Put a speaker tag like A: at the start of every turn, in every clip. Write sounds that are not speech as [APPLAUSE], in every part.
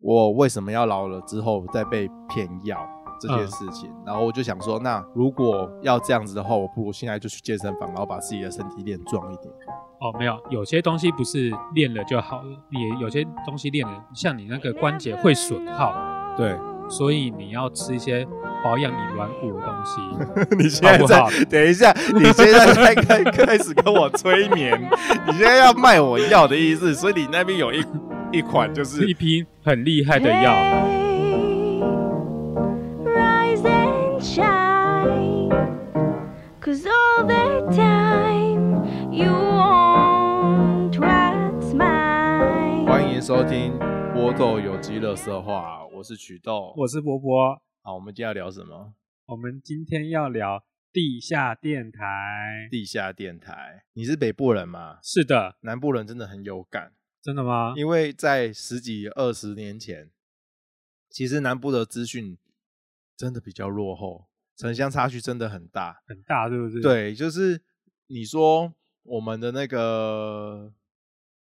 A: 我为什么要老了之后再被骗药这
B: 嗯
A: 件事情，然后我就想说，那如果要这样子的话，我不如现在就去健身房，然后把自己的身体练壮一点。
B: 哦，没有，有些东西不是练了就好了，也有些东西练了，像你那个关节会损耗，
A: 对，
B: 所以你要吃一些保养你软骨的东西。
A: [LAUGHS] [LAUGHS] 你现在
B: 好不
A: 在
B: 好
A: 等一下，你现在在开 [LAUGHS] 开始跟我催眠，你现在要卖我药的意思，所以你那边有一一款就是是
B: 一批很厉害的药，
C: Rise and shine. Cause all the time you want what's mine.
A: 欢迎收听波豆有机乐色话，我是曲豆。
B: 我是波波，
A: 好，我们今天要聊什么？
B: 我们今天要聊地下电台。
A: 地下电台。你是北部人吗？
B: 是的，
A: 南部人真的很有感，
B: 真的吗？
A: 因为在十几二十年前，其实南部的资讯真的比较落后，城乡差距真的很大。
B: 很大，对不对？，
A: 对，就是你说我们的那个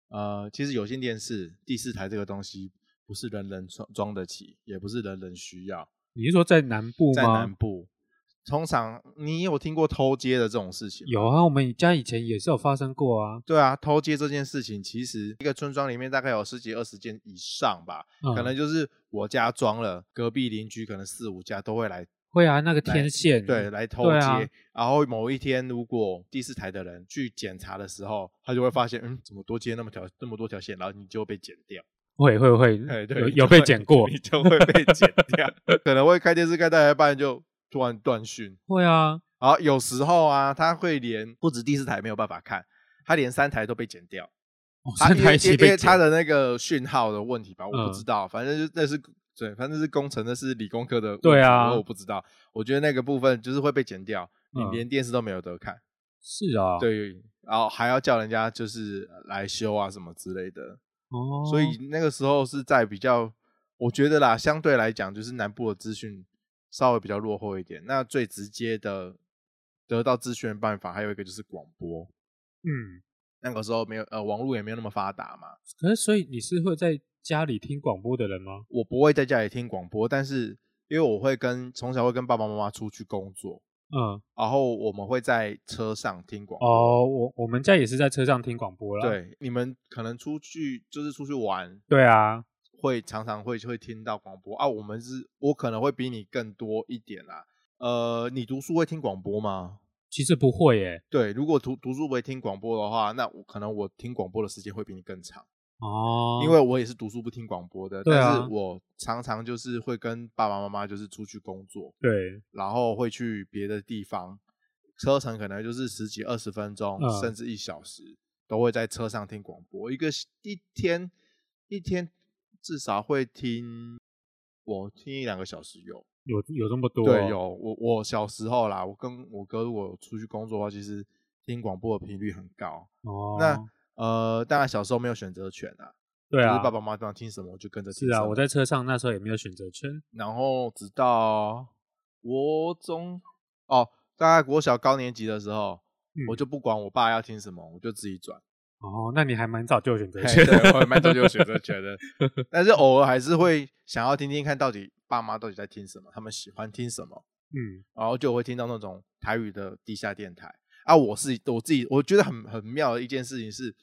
A: 呃，其实有线电视第四台这个东西，不是人人装装得起，也不是人人需要。
B: 你是说在南部
A: 在南
B: 吗？
A: 部，通常你有听过偷接的这种事情吗？
B: 有啊，我们家以前也是有发生过啊。
A: 对啊，偷接这件事情，其实一个村庄里面大概有十几二十间以上吧，
B: 嗯、
A: 可能就是我家装了，隔壁邻居可能四五家都会来，
B: 会啊，那个天线，
A: 对，来偷
B: 对
A: 接。
B: 啊
A: 然后某一天，如果第四台的人去检查的时候，他就会发现，嗯，怎么多接那么条那么多条线，然后你就会被剪掉。
B: 会会会
A: 哎，，对，
B: 有
A: 你
B: 有
A: 就会
B: 被剪
A: [LAUGHS]
B: 过
A: 你，就会被剪掉。可能会开电视开到一半就突然断讯，
B: 会啊，
A: 然后有时候啊，他会连不止第四台没有办法看，他连三台都被剪掉。
B: [LAUGHS] 哦
A: 他
B: 三
A: 啊因为
B: 台一
A: 因
B: 起
A: 为因
B: 被
A: 为他
B: 剪，
A: 的那个讯号的问题吧，我
B: 嗯
A: 不知道，反正就那是对，反正是工程，那是理工科的问题，
B: 对啊
A: 我不知道。我觉得那个部分就是会被剪掉，你
B: 嗯
A: 连电视都没有得看，
B: 是啊，，
A: 对，然后还要叫人家就是来修啊什么之类的，
B: 哦，
A: 所以那个时候是在比较，我觉得啦，相对来讲就是南部的资讯稍微比较落后一点。那最直接的得到资讯的办法，还有一个就是广播。
B: 嗯，
A: 那个时候没有呃，网络也没有那么发达嘛，
B: 可是所以你是会在家里听广播的人吗？
A: 我不会在家里听广播，但是因为我会跟从小会跟爸爸妈妈出去工作，
B: 嗯，
A: 然后我们会在车上听广播。
B: 哦，啊我我们家也是在车上听广播啦。，
A: 对，你们可能出去就是出去玩，
B: 对啊，
A: 会常常会会听到广播啊。我们是我可能会比你更多一点啦。呃，你读书会听广播吗？
B: 其实不会耶，
A: 对，如果读读书不会听广播的话，那我可能我听广播的时间会比你更长。
B: 哦，
A: 因为我也是读书不听广播的，
B: 对啊
A: 但是我常常就是会跟爸爸妈妈就是出去工作，
B: 对，
A: 然后会去别的地方，车程可能就是十几二十分钟，
B: 嗯
A: 甚至一小时，都会在车上听广播。一个一天一天至少会听，我听一两个小时有。
B: 有有这么多，哦
A: 对，有我我小时候啦，我跟我哥如果出去工作的话，其实听广播的频率很高。
B: 哦，
A: 那呃，当然小时候没有选择权啊，
B: 对
A: 就是
B: 啊，
A: 爸爸妈妈想听什么我就跟着听
B: 是
A: 什
B: 啊，
A: 么
B: 我在车上那时候也没有选择权，
A: 然后直到国中哦，大概国小高年级的时候，
B: 嗯
A: 我就不管我爸要听什么，我就自己转。
B: 哦，那你还蛮早就有选择
A: 嘿 [LAUGHS]
B: 权，
A: 对，我也蛮早就有选
B: [LAUGHS]
A: 择权的，但是偶尔还是会想要听听看到底爸妈到底在听什么，他们喜欢听什么，
B: 嗯，
A: 然后就会听到那种台语的地下电台啊。我是我自己，我觉得很很妙的一件事情是，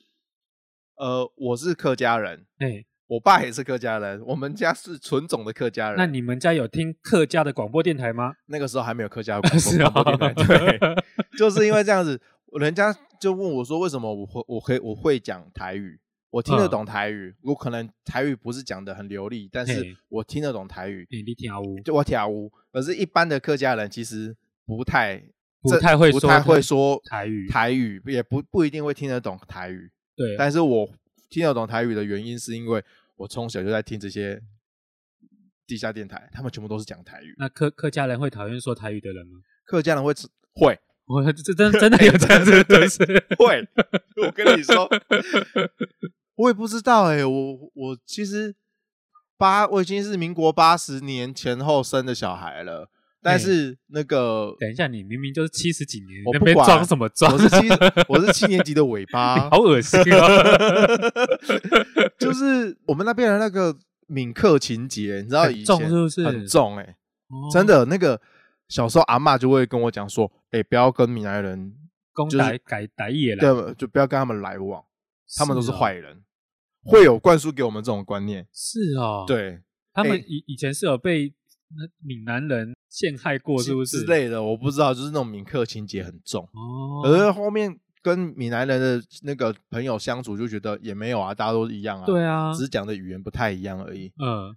A: 呃，我是客家人，
B: 哎，
A: 我爸也是客家人，我们家是纯种的客家人。
B: 那你们家有听客家的广播电台
A: [LAUGHS]
B: 吗？
A: 那个时候还没有客
B: [LAUGHS]
A: 家广
B: 是
A: 播
B: 啊
A: 广播电台，
B: [LAUGHS]
A: 对，就是因为这样子，人家就问我说，为什么我会我可以我会讲台语，我听得
B: 嗯
A: 懂台语，我可能台语不是讲的很流利，但是
B: 嘿
A: 我听得懂台语，
B: 你你听啊呜，
A: 就我跳舞。可是，一般的客家人其实不太
B: 不
A: 这
B: 太会
A: 不
B: 说
A: 太
B: 台
A: 会说
B: 台语
A: 台语也不不一定会听得懂台语。
B: 对，
A: 但是我听得懂台语的原因，是因为我从小就在听这些地下电台，他们全部都是讲台语。
B: 那客客家人会讨厌说台语的人吗？
A: 客家人会吃会。
B: 我这真
A: [LAUGHS]
B: 真的有这样子的
A: 对
B: 事， [LAUGHS]
A: 会，我跟你说， [LAUGHS] 我也不知道哎、我我其实八我已经是民国八十年前后生的小孩了，但
B: 哎
A: 是那个
B: 等一下，你明明就是七十几年，
A: 我
B: 你那
A: 不
B: 边
A: 管
B: 装什么装？
A: 我
B: [LAUGHS]
A: 是七我是七年级的尾巴
B: 哦
A: [LAUGHS]
B: 好，恶心啊！
A: 就是我们那边的那个闽客情节，你知道
B: 很
A: 以前
B: 重是不是
A: 很重哎、欸
B: 哦
A: 真的那个小时候阿嬷就会跟我讲说，哎、不要跟闽南人，
B: 公
A: 就是
B: 改改改野了，
A: 对，就不要跟他们来往，他们都是
B: 哦
A: 坏，人，会有灌输给我们这种观念，
B: 是哦，，
A: 对，
B: 他们
A: 哎
B: 以以前是有被那闽南人陷害过，是不是？
A: 之类的，我不知道，就是那种闽客情节很重，
B: 哦，
A: 可是后面跟闽南人的那个朋友相处，就觉得也没有啊，大家都一样啊，
B: 对啊
A: 只，是讲的语言不太一样而已，
B: 嗯，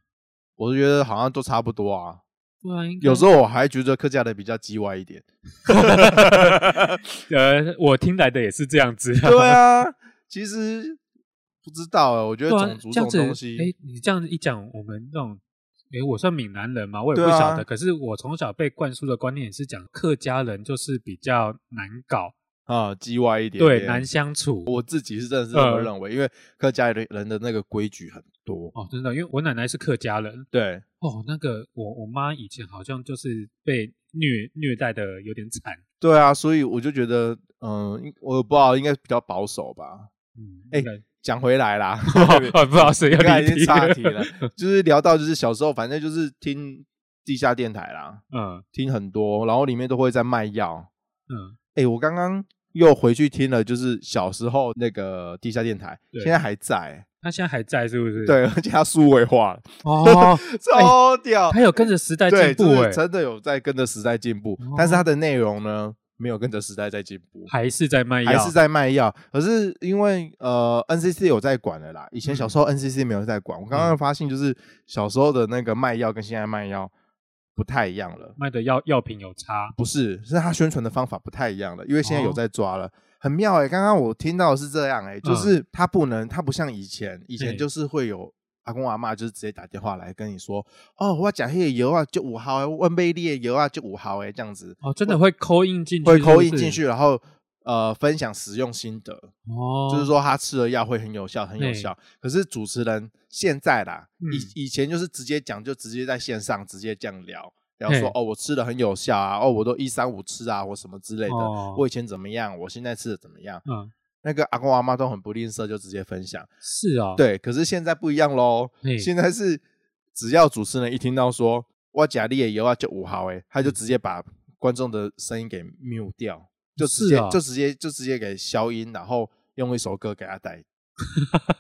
A: 我就觉得好像都差不多
B: [LAUGHS]
A: 啊，
B: 不然应该
A: 有时候我还觉得客家的比较叽歪一
B: [LAUGHS]
A: 点。
B: 呃，我听来的也是这样子，
A: 对啊，其实不知道啊，我觉得
B: 对啊
A: 种族
B: 这
A: 这种
B: 样子，
A: 东西，
B: 哎，你这样一讲，我们那种，哎，我算闽南人嘛，我也
A: 对
B: 不晓
A: 啊
B: 得，可是我从小被灌输的观念也是讲客家人就是比较难搞，
A: 啊，叽歪一点
B: 对，
A: 点。
B: 难相处。
A: 我自己是真的是这么
B: 嗯
A: 认为，因为客家人人的那个规矩很多。
B: 哦，真的，因为我奶奶是客家人，
A: 对，
B: 哦，那个我我妈以前好像就是被虐虐待的有点惨，
A: 对啊，所以我就觉得，嗯，应我不知道，应该比较保守吧。
B: 嗯，
A: 哎 [LAUGHS]
B: 应该，
A: 讲回来啦
B: 哦不 [LAUGHS] 好意思又
A: 刚才已
B: 离
A: 经
B: 题
A: 岔
B: 了
A: 题
B: [LAUGHS]
A: 了，就是聊到就是小时候，反正就是听地下电台啦，
B: 嗯
A: 听很多，然后里面都会在卖药。
B: 嗯，
A: 哎、我刚刚又回去听了，就是小时候那个地下电台，
B: 对
A: 现在还在欸、
B: 她现在还在是不是？，
A: 对，而且它数位化了， [LAUGHS]
B: 哦，
A: 超屌，
B: 她有跟着时代进
A: 对，
B: 步
A: 就是
B: 哎，
A: 真的有在跟着时代进步，
B: 哦
A: 但是它的内容呢，没有跟着时代在进步。
B: 还是在卖药，
A: 还是在卖药，可是因为呃，NCC 有在管的啦。以前
B: 嗯
A: 小时候 NCC 没有在管，我刚刚发现就是小时候的那个卖药跟现在卖药不太一样了，
B: 卖的药药品有差，
A: 不是，是他宣传的方法不太一样了，因为现在有
B: 哦
A: 在抓了，很妙哎、刚刚我听到的是这样哎、就是他不能，他不像以前，以前
B: 嗯
A: 就是会有阿公阿妈就是直接打电话来跟你说，哦，我讲黑油啊就五号哎，温贝利的油啊就五号哎，这样子
B: 哦，真的会抠印进去，
A: 会
B: 是不
A: 扣印
B: 是
A: 进去，，然后呃分享使用心得，
B: 哦，
A: 就是说他吃了药会很有效，很有
B: 嗯
A: 效。可是主持人现在啦，
B: 嗯
A: 以以前就是直接讲，就直接在线上直接这样聊，聊说
B: 嘿
A: 哦，我吃的很有效啊，哦，我都一三五吃啊，或什么之类的。
B: 哦
A: 我以前怎么样，我现在吃的怎么样？
B: 嗯，
A: 那个阿公阿妈都很不吝啬，就直接分享。
B: 是哦，，
A: 对，可是现在不一样喽
B: 嘿，
A: 现在是只要主持人一听到说我假利也油啊就五号哎，
B: 嗯
A: 他就直接把观众的声音给 mute 掉，就直
B: 是
A: 接
B: 啊
A: 就直接就直接给消音，然后用一首歌给他
B: [LAUGHS]
A: 带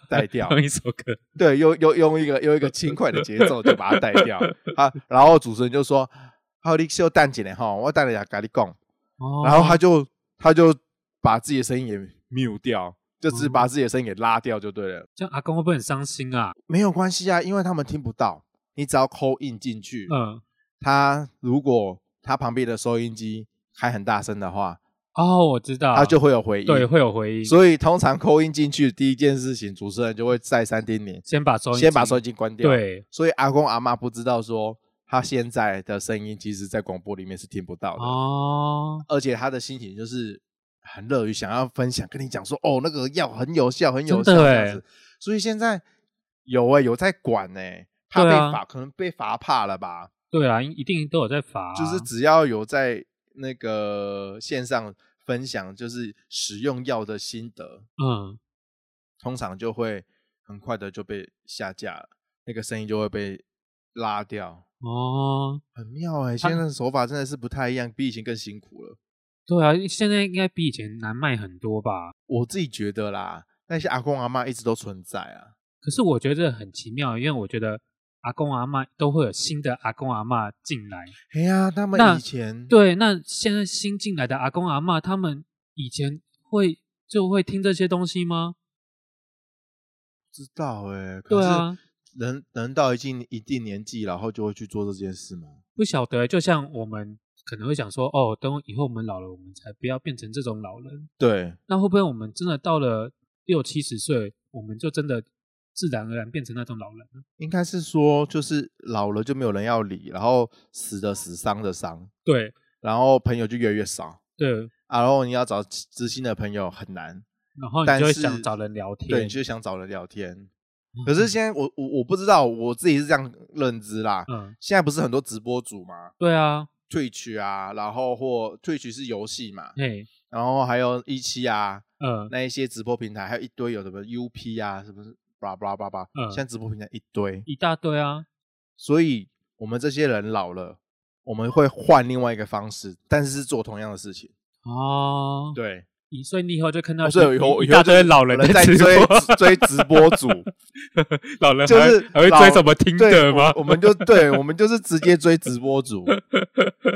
A: 带掉，
B: 用一首
A: [LAUGHS]
B: 歌，
A: 对，用用用一个用一个轻快的节奏就把它带
B: [LAUGHS]
A: 掉啊，然后主持人就说好，你休淡几嘞哈，我淡了下跟你讲，
B: 哦
A: 然后他就他就把自己的声音也 mute 掉，就
B: 哦
A: 只把自己的声音给拉掉就对了。
B: 这样阿公会不会很伤心啊？
A: 没有关系啊，因为他们听不到，你只要扣印进去，
B: 嗯，
A: 他如果他旁边的收音机开很大声的话，
B: 哦，我知道，
A: 他就会有回应。
B: 对会有回音，以
A: 所以通常扣印进去第一件事情，主持人就会再三叮咛，
B: 先把收音
A: 先把
B: 机
A: 收音机关掉。，
B: 对
A: 所以阿公阿妈不知道说他现在的声音，其实在广播里面是听不到的，
B: 哦，
A: 而且他的心情就是很乐于想要分享，跟你讲说哦，那个药很有效，很有效
B: 真的
A: 这样
B: 欸
A: 子。所以现在有哎、有在管哎、怕被
B: 对啊
A: 罚，可能被罚怕了吧？
B: 对啊，一定都有在罚啊，
A: 就是只要有在那个线上分享，就是使用药的心得，
B: 嗯，
A: 通常就会很快的就被下架了，那个声音就会被拉掉。
B: 哦，
A: 很妙哎、现在的手法真的是不太一样，比以前更辛苦了。
B: 对啊，现在应该比以前难卖很多吧？
A: 我自己觉得啦，那些阿公阿妈一直都存在啊。
B: 可是我觉得很奇妙，因为我觉得阿公阿嬷都会有新的阿公阿嬷进来。
A: 哎呀，他们
B: 那
A: 以前
B: 对，那现在新进来的阿公阿嬷，他们以前会就会听这些东西吗？
A: 知道哎、可
B: 对
A: 是
B: 啊，
A: 人人到一定一定年纪，然后就会去做这件事吗？
B: 不晓得。欸就像我们可能会想说，哦，等以后我们老了，我们才不要变成这种老人。
A: 对，
B: 那会不会我们真的到了六七十岁，我们就真的自然而然变成那种老人了？
A: 应该是说就是老了就没有人要理，然后死的死，伤的伤，
B: 对
A: 然后朋友就越来越少。
B: 对，
A: 啊、然后你要找知心的朋友很难，
B: 然后
A: 但
B: 哦你就会
A: 是
B: 想找人聊天。
A: 对，你就想找人聊天。可是现在我我我不知道，我自己是这样认知啦。
B: 嗯，
A: 现在不是很多直播主吗
B: 对啊，
A: ？Twitch 啊，然后或 Twitch 是游戏嘛，
B: 嘿，
A: 然后还有一期啊，
B: 嗯，
A: 那一些直播平台，还有一堆有什么 UP 啊，什么巴拉巴拉巴拉巴拉，
B: 嗯
A: 现在直播平台一堆，
B: 一大堆啊，
A: 所以我们这些人老了，我们会换另外一个方式，但是是做同样的事情。
B: 哦，
A: 对，
B: 你所以你以后就看到
A: 哦所以以后
B: 一一
A: 以后
B: 大堆老
A: 有
B: 人
A: 人在
B: [LAUGHS] 直
A: 追
B: 播，
A: 追直播主，
B: [LAUGHS] 老人
A: 就
B: 还
A: 是
B: 还会
A: 老
B: 追什么听
A: 对
B: 的吗？
A: 我我们就对，我们就是直接追直播主，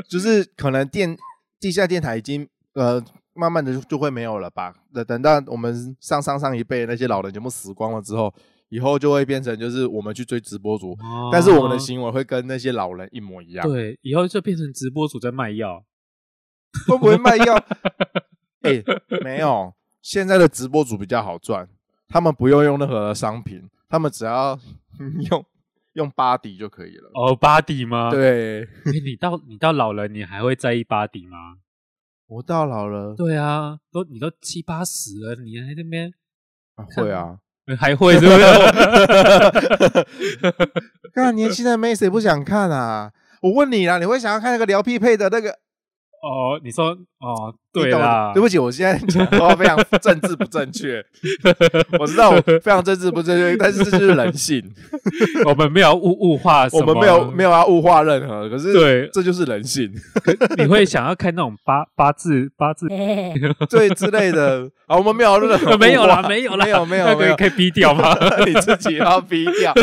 A: 就是可能电地下电台已经呃。慢慢的就就会没有了吧？等等到我们上上上一辈的那些老人全部死光了之后，以后就会变成就是我们去追直播主，
B: [LAUGHS] 哦
A: 但是我们的行为会跟那些老人一模一样。
B: 对，以后就变成直播主在卖药，
A: 会不会卖药？哎、没有，现在的直播主比较好赚，他们不用用任何的商品，他们只要 [LAUGHS] 用用巴迪就可以了。
B: [LAUGHS] 哦，巴迪吗？ [LAUGHS]
A: 对，
B: 欸，你到你到老了，你还会在意巴迪吗？
A: 我到老了，
B: 对啊，都你都七八十了，你还在那边
A: [LAUGHS] 啊会啊，
B: 呃还会是不是？ [LAUGHS]
A: 看年轻的妹谁不想看啊？我问你啦，你会想要看那个聊匹配的那个？
B: 哦，你说哦，
A: 你
B: 对
A: 懂
B: 啦，
A: 对不起，我现在讲话非常政治不正确，我知道我非常政治不正确，但是这就是人
B: [LAUGHS]
A: 性。
B: 我们没有物物化什
A: 我
B: 么，啊
A: 们没有没有要物化任何，可是
B: 对 [LAUGHS]
A: 这就是人性，
B: 你会想要看那种八八字八字？
A: 对之类的
B: [LAUGHS]
A: 啊，我们没有任何物化
B: 没有啦，没有啦，
A: 没有没有
B: 那
A: 没
B: 个
A: 有，
B: 可以逼掉吗？
A: [LAUGHS] 你自己啊要逼
B: [LAUGHS]
A: 掉，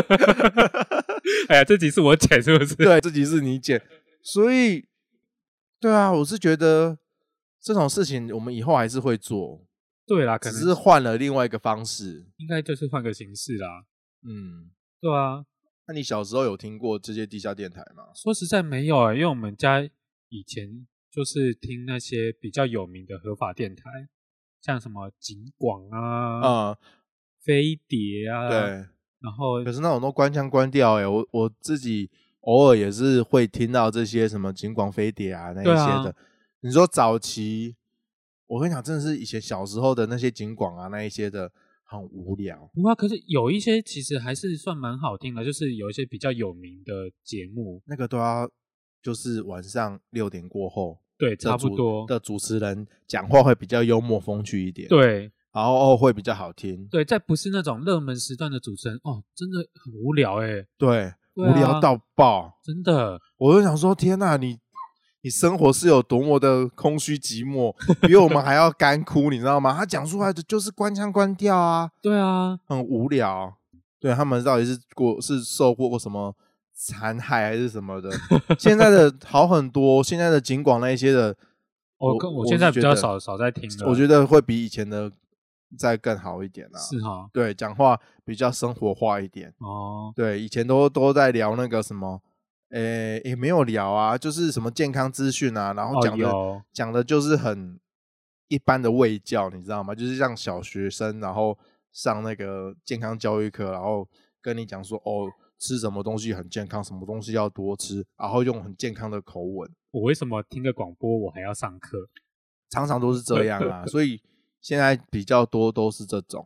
B: 哎呀，这集是我剪是
A: [LAUGHS]
B: 不是？
A: 对，自己是你剪，所以对啊，我是觉得这种事情我们以后还是会做，
B: 对啦，可
A: 只
B: 能
A: 是换了另外一个方式。
B: 应该就是换个形式啦。
A: 嗯，
B: 对啊，
A: 那你小时候有听过这些地下电台吗？
B: 说实在没有啊、因为我们家以前就是听那些比较有名的合法电台，像什么警广啊、
A: 啊、
B: 飞碟
A: 嗯
B: 啊，
A: 对，
B: 然后
A: 可是那种都关枪关掉哎、欸，我我自己偶尔也是会听到这些什么金广飞碟啊那一
B: 对啊
A: 些的。你说早期，我跟你讲，真的是以前小时候的那些景广啊那一些的很无聊。
B: 不过可是有一些其实还是算蛮好听的，就是有一些比较有名的节目，
A: 那个都要就是晚上六点过后，
B: 对，
A: 这
B: 差不
A: 主
B: 多，
A: 的主持人讲话会比较幽默风趣一点，，
B: 对
A: 然后哦会比较好听，
B: 对，在不是那种热门时段的主持人，哦，真的很无聊哎、
A: 对，
B: 对
A: 无聊
B: 啊
A: 到爆。
B: 真的，
A: 我就想说，天呐，你你生活是有多么的空虚寂
B: [LAUGHS]
A: 寞，比我们还要干枯，你知道吗？他讲出来的就是关腔关调啊，
B: 对啊，
A: 很无聊。对他们到底是过是受过什么残害还是什么
B: [LAUGHS]
A: 的？现在的好很多，现在的景广那一些的，
B: 我跟我现在
A: 是觉
B: 比较
A: 得
B: 少少在听了，
A: 我觉得会比以前的再更好一点啊。
B: 是哈，
A: 对，讲话比较生活化一点。
B: 哦，
A: 对，以前都都在聊那个什么，诶、也没有聊啊，就是什么健康资讯啊，然后
B: 哦
A: 讲的、
B: 有
A: 讲的就是很一般的卫教，你知道吗？就是让小学生然后上那个健康教育课，然后跟你讲说哦，吃什么东西很健康，什么东西要多吃，然后用很健康的口吻，
B: 我为什么听个广播我还要上课？
A: 常常都是这样啊，所以现在比较多都是这种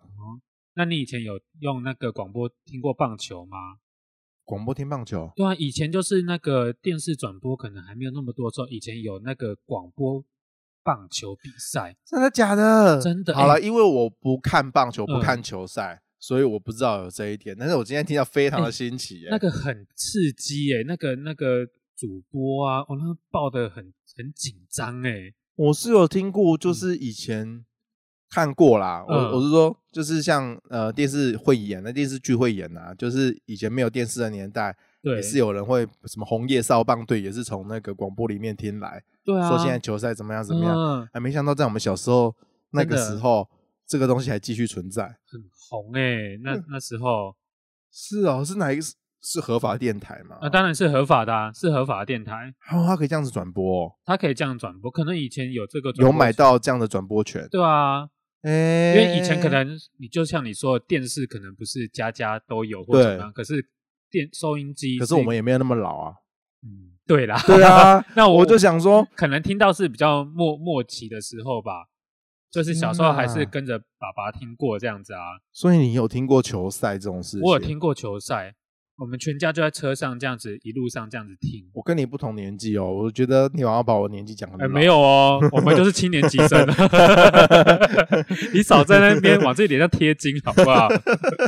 B: 那你以前有用那个广播听过棒球吗？
A: 广播听棒球，
B: 对啊，以前就是那个电视转播可能还没有那么多的时候，以前有那个广播棒球比赛，
A: 真的假的？
B: 真的
A: 好了，
B: 欸
A: 因为我不看棒球，不
B: 嗯
A: 看球赛，所以我不知道有这一点。但是我今天听到非常的
B: 欸
A: 新奇、欸，
B: 那个很刺激耶、那个那个主播啊，哦，那个报的很很紧张哎，
A: 我是有听过，就是以前看过啦。
B: 嗯
A: 我我是说，就是像呃电视会演那电视剧会演啊，就是以前没有电视的年代，
B: 对，
A: 也是有人会什么红叶少棒队，也是从那个广播里面听来，
B: 对啊，
A: 说现在球赛怎么样怎么样。哎
B: 嗯、
A: 还没想到在我们小时候那个
B: 真的
A: 时候，这个东西还继续存在。
B: 很红哎、那
A: 嗯
B: 那时候
A: 是哦，是哪一个是是合法电台吗？
B: 那、当然是合法的、啊，是合法的电台，
A: 哦，他可以这样子转播、哦，
B: 它可以这样转播，可能以前有这个转
A: 有
B: 播
A: 买
B: 权
A: 到这样的转播权。
B: 对啊，
A: 哎、
B: 因为以前可能你就像你说，的，电视可能不是家家都有或
A: 对
B: 怎么样，可是电收音机，
A: 可是我们，也没有那么老啊。
B: 嗯， [LAUGHS] 对啦，
A: 对啊 [LAUGHS]
B: 那
A: 我
B: 我
A: 就想说，
B: 可能听到是比较末末期的时候吧，就是小时候还是
A: 天哪
B: 跟着爸爸听过这样子啊。
A: 所以你有听过球赛这种事情？
B: 我有听。过球赛，我们全家就在车上这样子，一路上这样子听。
A: 我跟你不同年纪哦，我觉得你好像把我年纪讲
B: 哎、
A: 的
B: 没有哦，我们就是青年级
A: [LAUGHS]
B: 生。你少在那边往自己脸上贴金好不好？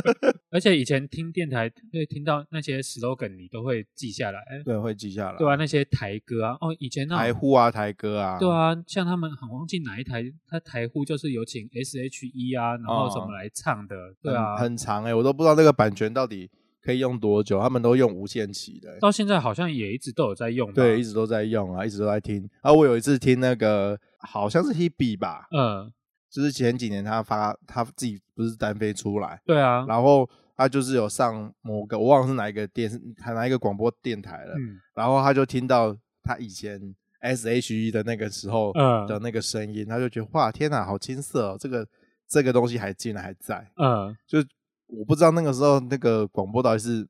B: [LAUGHS] 而且以前听电台会听到那些 slogan，你都会记下来，
A: 对，会记下来。
B: 对啊，那些台歌啊，哦，以前那
A: 台
B: 种
A: 呼啊，台歌啊，
B: 对，啊，像他们很忘记哪一台，他台呼就是有请 S.H.E 啊，然后什
A: 哦
B: 么来唱的，对啊，
A: 很长哎、我都不知道这个版权到底可以用多久，他们都用无限期的欸、
B: 到现在好像也一直都有在用吧，
A: 对，一直都在用啊，一直都在听。啊，我有一次听那个好像是 Hebe 吧，
B: 嗯，
A: 就是前几年他发他自己不是单飞出来，
B: 对啊，
A: 然后他就是有上某个我忘了是哪一个电视台哪一个广播电台了，
B: 嗯，
A: 然后他就听到他以
B: [LAUGHS]
A: 前 S.H.E 的那个时候
B: 嗯
A: 的那个声音，他就觉得哇天哪，好青涩哦，这个这个东西还竟然还在，
B: 嗯，
A: 就我不知道那个时候那个广播到底是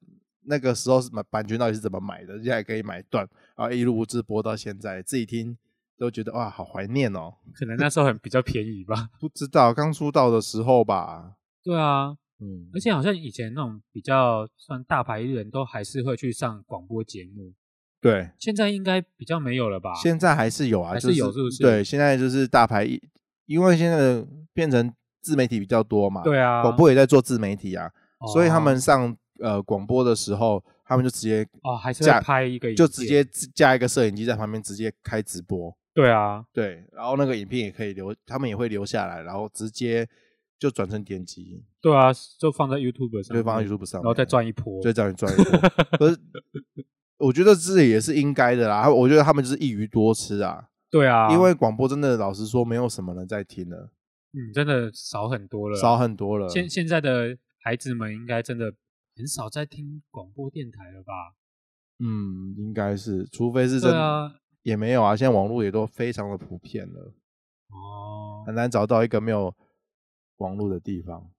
A: 那个时候是买版权到底是怎么买的，现在可以买断，然后一路直播到现在，自己听都觉得哇好怀念哦，
B: 可能那时候很比较便宜吧。 [LAUGHS]
A: 不知道刚出道的时候吧，
B: 对啊，
A: 嗯
B: 而且好像以前那种比较算大牌艺人都还是会去上广播节目，
A: 对，
B: 现在应该比较没有了吧？
A: 现在还是有啊，
B: 还
A: 就是
B: 有是不是
A: 对，现在就是大牌艺，因为现在的变成自媒体比较多嘛，
B: 对啊，
A: 广播也在做自媒体啊，
B: 哦
A: 所以他们上呃广播的时候，他们就直接
B: 哦还是
A: 架
B: 会拍一个影片，
A: 就直接自架一个摄影机在旁边直接开直播，
B: 对啊，
A: 对，然后那个影片也可以留，他们也会留下来，然后直接就转成点击，
B: 对啊，就放在 YouTube 上
A: 就
B: 面，
A: 放在 YouTube 上面，
B: 哦然后再赚一波，
A: 再赚赚一波。可
B: [LAUGHS]
A: 是我觉得这也是应该的啦，我觉得他们就是一鱼多吃啊，
B: 对啊，
A: 因为广播真的老实说没有什么人在听了，
B: 嗯真的少很多了，
A: 少很多了。
B: 啊现现在的孩子们应该真的很少在听广播电台了吧？
A: 嗯，应该是，除非是真
B: 对
A: 的、
B: 啊，
A: 也没有啊，现在网络也都非常的普遍了，
B: 哦，
A: 很难找到一个没有网络的地方，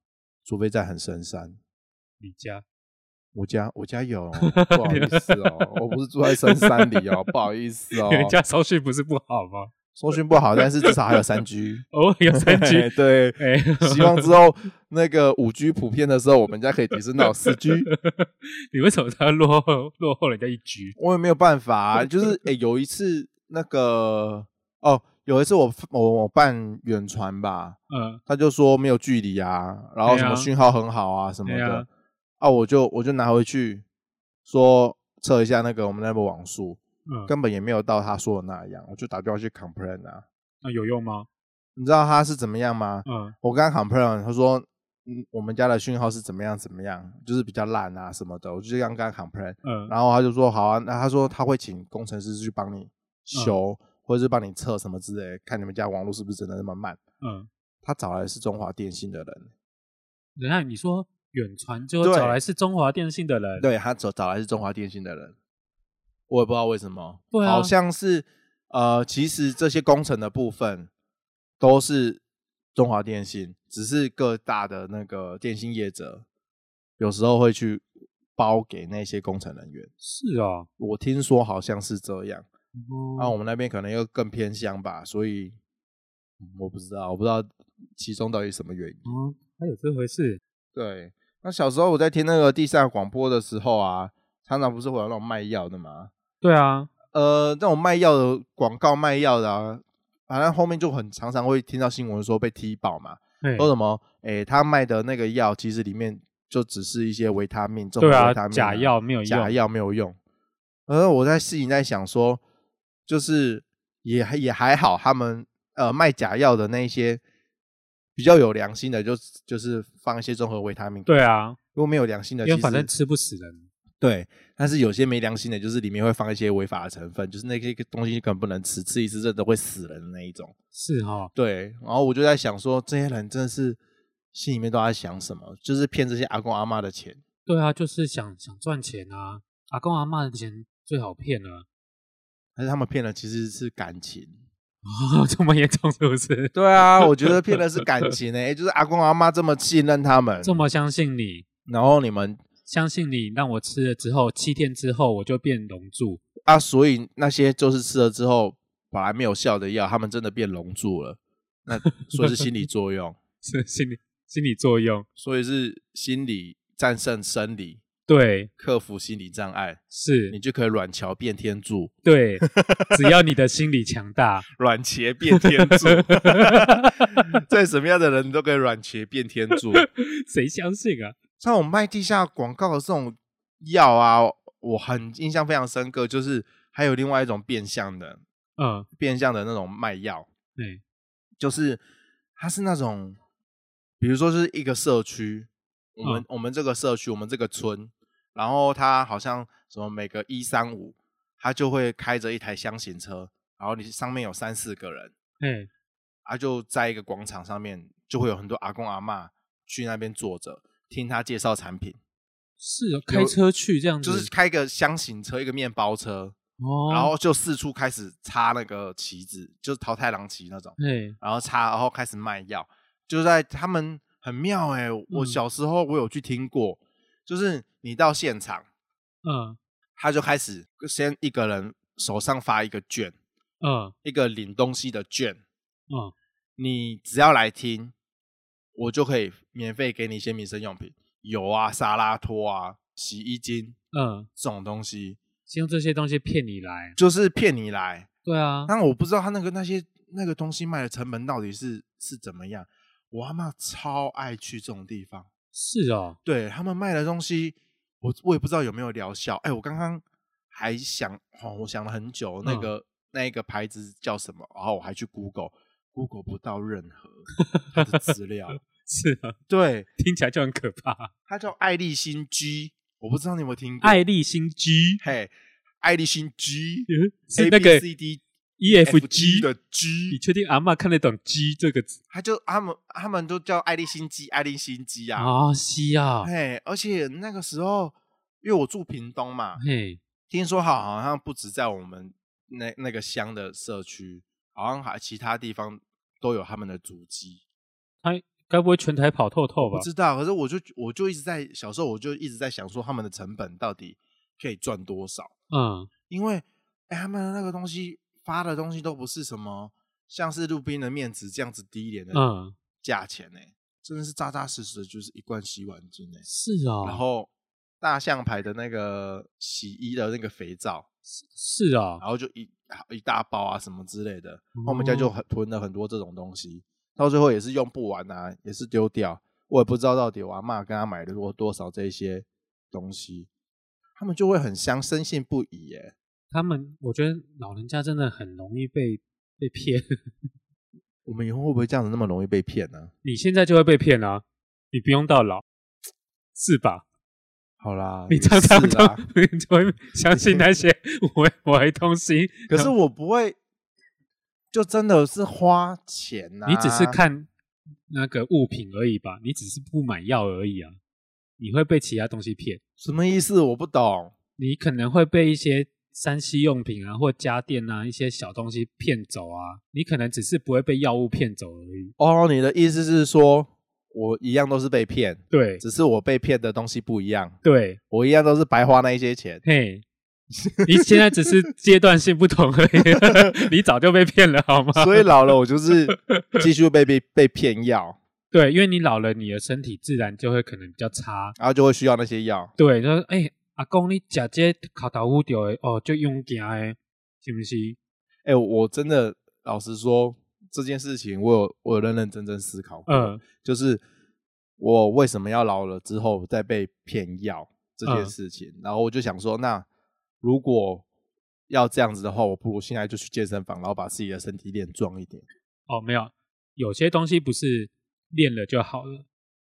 A: 除非在很深山。
B: 李佳，
A: 我家我家有哦，不好意思哦，我不是住在深山里哦，不好意思
B: [LAUGHS]
A: 哦，
B: 人家收讯不是不好吗？
A: 搜寻不好，但是至少还有三 G，
B: 哦，有 [LAUGHS] 三 G，
A: [LAUGHS]
B: [LAUGHS]
A: 对，
B: 哎，
A: 希望之后那个五 G 普遍的时候，我们家可以提升到四 G。
B: 你为什么要落后落后人家一局？
A: 我也没有办法
B: [LAUGHS]
A: 啊、就是诶、有一次那个哦，有一次我我我办远传吧，
B: 嗯，
A: 他就说没有距离啊，然后
B: 对
A: 什
B: 啊
A: 么讯号很好啊什么
B: 对
A: 的，
B: 啊
A: 啊我就我就拿回去说测一下那个我们那个网速，
B: 嗯，
A: 根本也没有到他说的那样，我就打电话去 complain 啊，
B: 那有用吗？
A: 你知道他是怎么样吗？
B: 嗯，
A: 我跟他 complain，他说嗯我们家的讯号是怎么样怎么样，就是比较烂啊什么的，我就这样跟他 complain，
B: 嗯，
A: 然后他就说好啊，那他说他会请工程师去帮你
B: 嗯
A: 修，或者是帮你测什么之类的，看你们家网络是不是真的那么慢。
B: 嗯，
A: 他找来的是中华电信的人。
B: 等一下你说远传就
A: 对
B: 找来是中华电信的人，
A: 对他找找来是中华电信的人，我也不知道为什么，
B: 对啊
A: 好像是呃，其实这些工程的部分都是中华电信，只是各大的那个电信业者有时候会去包给那些工程人员。
B: 是啊，
A: 我听说好像是这样，那、
B: 哦，
A: 啊我们那边可能又更偏乡吧，所以嗯我不知道，我不知道其中到底什么原因。
B: 嗯，还有这回事，
A: 对，那小时候我在听那个地上广播的时候啊，常常不是会有那种卖药的吗？
B: 对啊，
A: 呃，那种卖药的广告卖药的啊，反正后面就很常常会听到新闻说被踢爆嘛，
B: 嘿
A: 说什么，诶、他卖的那个药其实里面就只是一些维他命，这种
B: 对啊
A: 维他，命
B: 假药没有用，
A: 假药没有用。而我在心里在想说，就是也还也还好，他们呃卖假药的那一些比较有良心的就，就是放一些综合维他命。
B: 对，啊，
A: 如果没有良心的，
B: 因为
A: 其
B: 反正
A: 实
B: 吃不死人，
A: 对，但是有些没良心的，就是里面会放一些违法的成分，就是那些东西根本不能吃，吃一次真的会死人的那一种。
B: 是哦哈，
A: 对，然后我就在想说，这些人真的是心里面都在想什么，就是骗这些阿公阿妈的钱。
B: 对啊，就是想想赚钱啊，阿公阿嬷的钱最好骗了， [LAUGHS]
A: 但是他们骗的其实是感情，
B: 啊，这么严重是不是？
A: 对啊，我觉得骗的是感情
B: [LAUGHS]
A: 诶、就是阿公阿妈这么信任他们，
B: 这么相信你，
A: 然后你们
B: 相信你让我吃了之后，七天之后我就变龙柱，
A: 啊，所以那些就是吃了之后本来没有效的药，他们真的变龙柱了，
B: [LAUGHS]
A: 那所以是心理作用，
B: 是心理心理作用。
A: 所以是心理战胜生理，
B: 对，
A: 克服心理障碍，你
B: 是，
A: 就可以软桥变天柱，
B: 对，只要你的心理强大，
A: 软茄变天柱，
B: [LAUGHS]
A: 在什么样的人都可以软茄变天柱。
B: 谁相信啊？
A: 像我们卖地下广告的这种药啊，我很印象非常深刻，就是还有另外一种变相的
B: 嗯，
A: 变相的那种卖药，
B: 对，
A: 就是它是那种，比如说是一个社区，我们、我们这个社区，我们这个村，然后它好像什么每个一三五，它就会开着一台箱型车，然后你上面有三四个人，
B: 哎，
A: 啊，就在一个广场上面，就会有很多阿公阿嬷去那边坐着，听他介绍产品，
B: 是哦开车去这样子，
A: 就是开个箱型车，一个面包车，
B: 哦，
A: 然后就四处开始插那个旗子，就是桃太郎旗那种，
B: 哎，
A: 然后插，然后开始卖药，就在他们很妙哎、我
B: 嗯
A: 小时候我有去听过，就是你到现场，
B: 嗯
A: 他就开始先一个人手上发一个券，
B: 嗯
A: 一个领东西的券，
B: 嗯，
A: 你只要来听，我就可以免费给你一些民生用品，油啊、沙拉托啊、洗衣精
B: 嗯，
A: 这种东西，
B: 先用这些东西骗你来，
A: 就是骗你来。
B: 对啊，
A: 但我不知道他那个那些那个东西卖的成本到底是是怎么样。我阿妈超爱去这种地方，
B: 是
A: [LAUGHS]
B: 哦，
A: 对他们卖的东西，我我也不知道有没有疗效。哎，我刚刚还想，哦，我想了很久，那
B: 嗯
A: 个、那一个牌子叫什么，然后我还去 Google，Google 不到任何它的资料。
B: [LAUGHS] 是啊，
A: 对，
B: 听起来就很可怕。
A: 它叫爱立新 G，我不知道你有没有听过。
B: 爱立新 G
A: 嘿，爱立新 G
B: 嗯是
A: A
B: 那
A: B
B: 个
A: C D
B: E F G，
A: 的
B: 你
A: G，
B: 确定阿嬷看得懂 G 这个字
A: 他就他们他们都叫爱立新 G，爱立新 G 啊。
B: 啊？西啊，
A: 嘿，而且那个时候，因为我住屏东嘛，
B: 嘿，
A: 听说好好像不止在我们那那个乡的社区，好像还其他地方都有他们的足迹。
B: 该不会全台跑透透吧
A: 不？知道，可是我就我就一直在小时候我就一直在想说他们的成本到底可以赚多少。
B: 嗯，
A: 因为哎、他们的那个东西发的东西都不是什么像是路边的面值这样子低廉的
B: 嗯
A: 价钱呢、真的是扎扎实实的，就是一罐洗碗巾呢、
B: 是哦，
A: 然后大象牌的那个洗衣的那个肥皂，
B: 是哦，
A: 然后就一一大包啊什么之类的，我们家就
B: 哦
A: 很囤了很多这种东西，到最后也是用不完啊，也是丢掉。我也不知道到底我阿妈跟他买了多多少这些东西，他们就会很相深信不疑耶、
B: 他们，我觉得老人家真的很容易被被骗。 [LAUGHS]
A: 我们以后会不会这样子那么容易被骗呢、
B: 你现在就会被骗啊，你不用到老，是吧？
A: 好啦，
B: 你
A: 也
B: 这样这样
A: 嗯是啊
B: 就
A: 啦
B: [LAUGHS] 你就会相信那些伪伪东西。
A: 可是我不会，就真的是花钱呐、啊
B: 你只是，看那个物品而已吧，你只是不买药而已啊，你会被其他东西骗，
A: 什么意思？我不懂。
B: 你可能会被一些三 C 用品啊或家电啊一些小东西骗走啊，你可能只是不会被药物骗走而已。
A: 哦，你的意思是说，我一样都是被骗，
B: 对
A: 只是我被骗的东西不一样，
B: 对，
A: 我一样都是白花那一些
B: [LAUGHS]
A: 钱。
B: 嘿。你现在只是阶段性不同而已， [LAUGHS] 你早就被骗了好吗？
A: 所以老了，我就是继续被被被骗药，
B: 对，因为你老了，你的身体自然就会可能比较差。
A: 然后就会需要那些药。
B: 对，就是哎、阿公你食这烤豆腐着的哦，就用惊的，是不是？
A: 哎、我真的老实说，这件事情我有我有认认真真思考过。
B: 嗯
A: 就是我为什么要老了之后再被骗药这
B: 嗯
A: 件事情，然后我就想说，那如果要这样子的话，我不如现在就去健身房，然后把自己的身体练壮一点。
B: 哦，没有，有些东西不是练了就好了，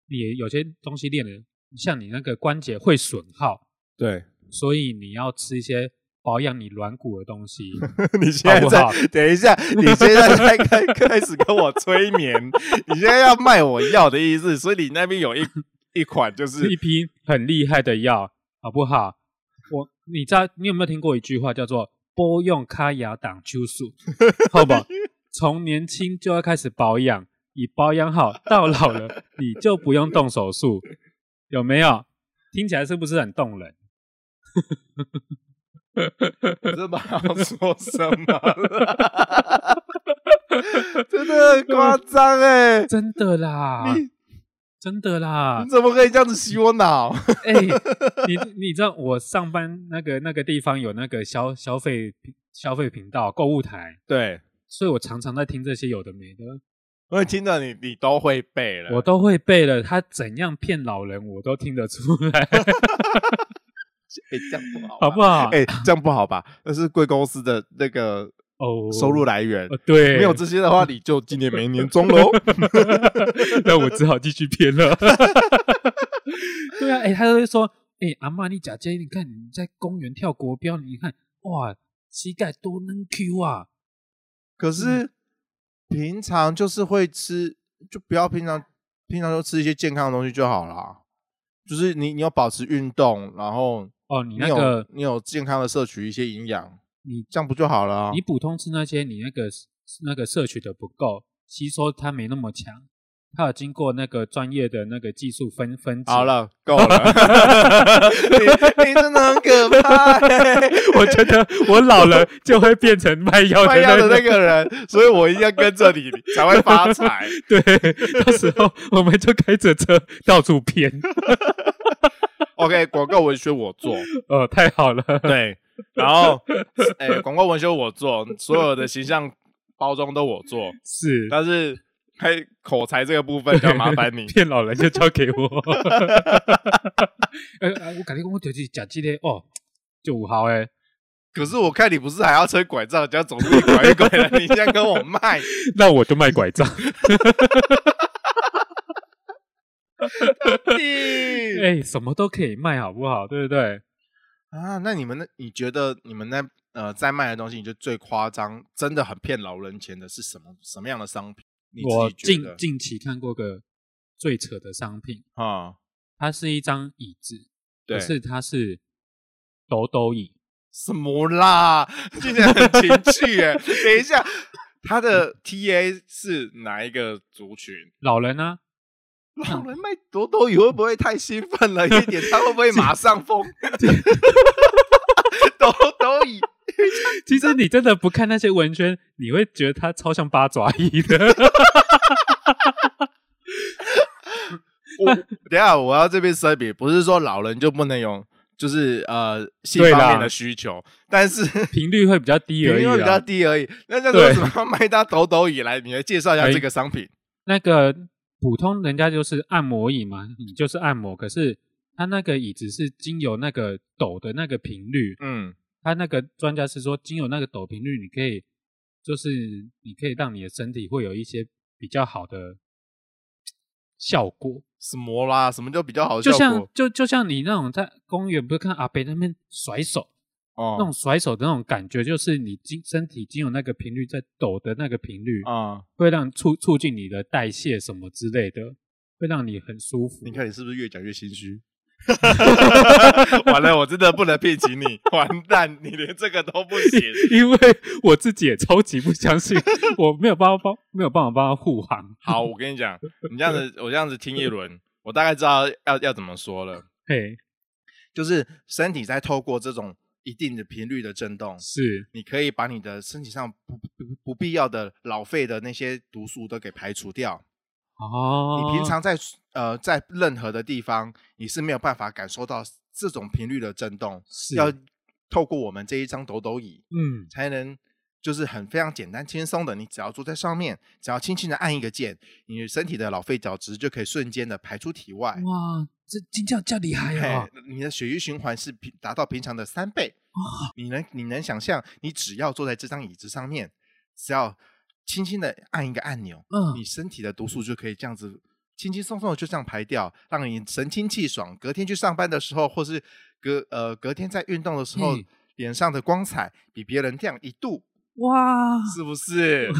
B: 你有些东西练了，像你那个关节会损耗，
A: 对，
B: 所以你要吃一些保养你软骨的东西。
A: [LAUGHS] 你现在
B: 好不
A: 在
B: 好
A: 等一下，你现在在开 [LAUGHS] 开始跟我催眠，你现在要卖我药的意思，所以你那边有一一款就是是
B: 一 [LAUGHS] 批很厉害的药，好不 [LAUGHS] 好？我你知道你有没有听过一句话叫 [LAUGHS] 做“拨用卡牙挡秋术”， [LAUGHS] 好不好？从年轻就要开始保养，你保养好，到老了你就不用动手术，有没有？听起来是不是很动人？
A: 我真不知道说什么了， [LAUGHS] 真的很夸张哎、
B: [LAUGHS] 真的啦， [LAUGHS] 真的啦
A: 你，怎么可以这样子洗我脑？
B: 哎、你你知道我上班那个那个地方有那个消消费消费频道购物台，
A: 对，
B: 所以我常常在听这些有的没的。
A: 我听到你，你都会背了。
B: 我都会背了。他怎样骗老人，我都听得出来， [LAUGHS]
A: 哎、这样不好吧，
B: 好啊不好？
A: 哎、这样不好吧？那是贵公司的那个
B: 哦，
A: 收入来源。
B: 呃对，
A: 没有这些的话，你就今年没年终喽。
B: [LAUGHS] 那我只好继续
A: [LAUGHS]
B: 骗了。对啊，哎、他就会说，哎、阿妈，你假借，你看你在公园跳国标，你看哇，膝盖多能 Q 啊！
A: 可
B: 嗯
A: 是平常就是会吃，就不要平常平常就吃一些健康的东西就好啦。就是你你要保持运动，然后
B: 哦，你
A: 你
B: 那
A: 有
B: 个
A: 你有健康的摄取一些营养，
B: 你
A: 这样不就好了啊？
B: 你普通吃那些，你那个那个摄取的不够，吸收它没那么强，它有经过那个专业的那个技术分分级。
A: 好，了，
B: [LAUGHS]
A: 够了，你你真的很可怕、欸。
B: [LAUGHS] 我觉得我老了就会变成卖药
A: 卖
B: 的
A: 药的
B: 那
A: 那个人，所以我一定要跟着你才会发财。
B: 对，到时候我们就开着车到处骗。 [LAUGHS]
A: OK，广告文学我做，
B: 哦，太好了。
A: 对，然后哎，广、告文学我做，所有的形象包装都我做，
B: 是，
A: 但是开口才这个部分就要麻烦你。
B: [LAUGHS] 骗老人就交
A: [LAUGHS]
B: 给我。呃、呃我感觉我就是假这个哦，就五号诶。
A: 可是我看你不是还要吹拐杖，人家总是一拐一拐的，你这样跟我卖，
B: 那我就卖拐杖。
A: 屁
B: [LAUGHS] 哎、什么都可以卖，好不好？对不对？
A: 啊！那你们那你觉得你们那呃在卖的东西，你就最夸张，真的很骗老人钱的是什么什么样的商品？你
B: 我
A: 自己觉
B: 近
A: 得
B: 近期看过个最扯的商品，
A: 啊？
B: 它是一张椅子，
A: 对
B: 可，是它是抖抖椅。
A: 什么啦？ [LAUGHS] 听起来很情趣 [LAUGHS] 哎、等一下，他的 TA 是哪一个族群？
B: 老人啊呢、
A: 老人卖朵朵鱼会不会太兴奋了一点？他会不 [LAUGHS] 会马上疯？ [LAUGHS] 朵朵鱼，
B: 其实你真的不看那些文宣，你会觉得它超像八爪鱼的。
A: [LAUGHS] 我等一下我要这边声明，不是说老人就不能有，就是呃性
B: 对啦
A: 方面的需求，但是
B: 频率会比较低而已啊
A: 因
B: 啦。
A: 为比较低而已。啊那那
B: 对
A: 为什么要卖到朵朵鱼来？你来介绍一下
B: 哎
A: 这个商品。
B: 那个普通人家就是按摩椅
A: 嗯
B: 嘛，你就是按摩，可是它那个椅子是经由那个抖的那个频率，
A: 嗯，
B: 它那个专家是说经由那个抖频率，你可以就是你可以让你的身体会有一些比较好的效果，
A: 什么啦？什么就比较好
B: 就
A: 效
B: 像
A: 果？
B: 就就像你那种在公园不是看阿北那边甩手。
A: 哦
B: 那种甩手的那种感觉，就是你经身体经有那个频率在抖的那个频率，
A: 啊、
B: 会让促促进你的代谢什么之类的，会让你很舒服。
A: 你看你是不是越讲越心虚？ [LAUGHS] 完了，我真的不能聘请你，完蛋，你连这个都不行。
B: [LAUGHS] 因为我自己也超级不相信，我没有办法帮，没有办法帮他护航。
A: 好，我跟你讲，你这样子，我这样子听一轮，我大概知道要要怎么说了。
B: [LAUGHS] 嘿，
A: 就是身体在透过这种一定的频率的震动，
B: 是
A: 你可以把你的身体上不不不必要的老废的那些毒素都给排除掉。
B: 哦，
A: 你平常在呃在任何的地方，你是没有办法感受到这种频率的震动，
B: 是
A: 要透过我们这一张抖抖椅，
B: 嗯，
A: 才能就是很非常简单轻松的，你只要坐在上面，只要轻轻的按一个键，你身体的老废角质就可以瞬间的排出体外。
B: 哇，这金教叫厉害啊
A: 哎嘿！，你的血液循环是平达到平常的三倍。你能你能想象，你只要坐在这张椅子上面，只要轻轻的按一个按钮，
B: 嗯
A: 你身体的毒素就可以这样子轻轻松松的就这样排掉，让你神清气爽。隔天去上班的时候，或是隔呃隔天在运动的时候
B: 嗯，
A: 脸上的光彩比别人亮一度。 [LAUGHS]
B: 哇，
A: 是不是？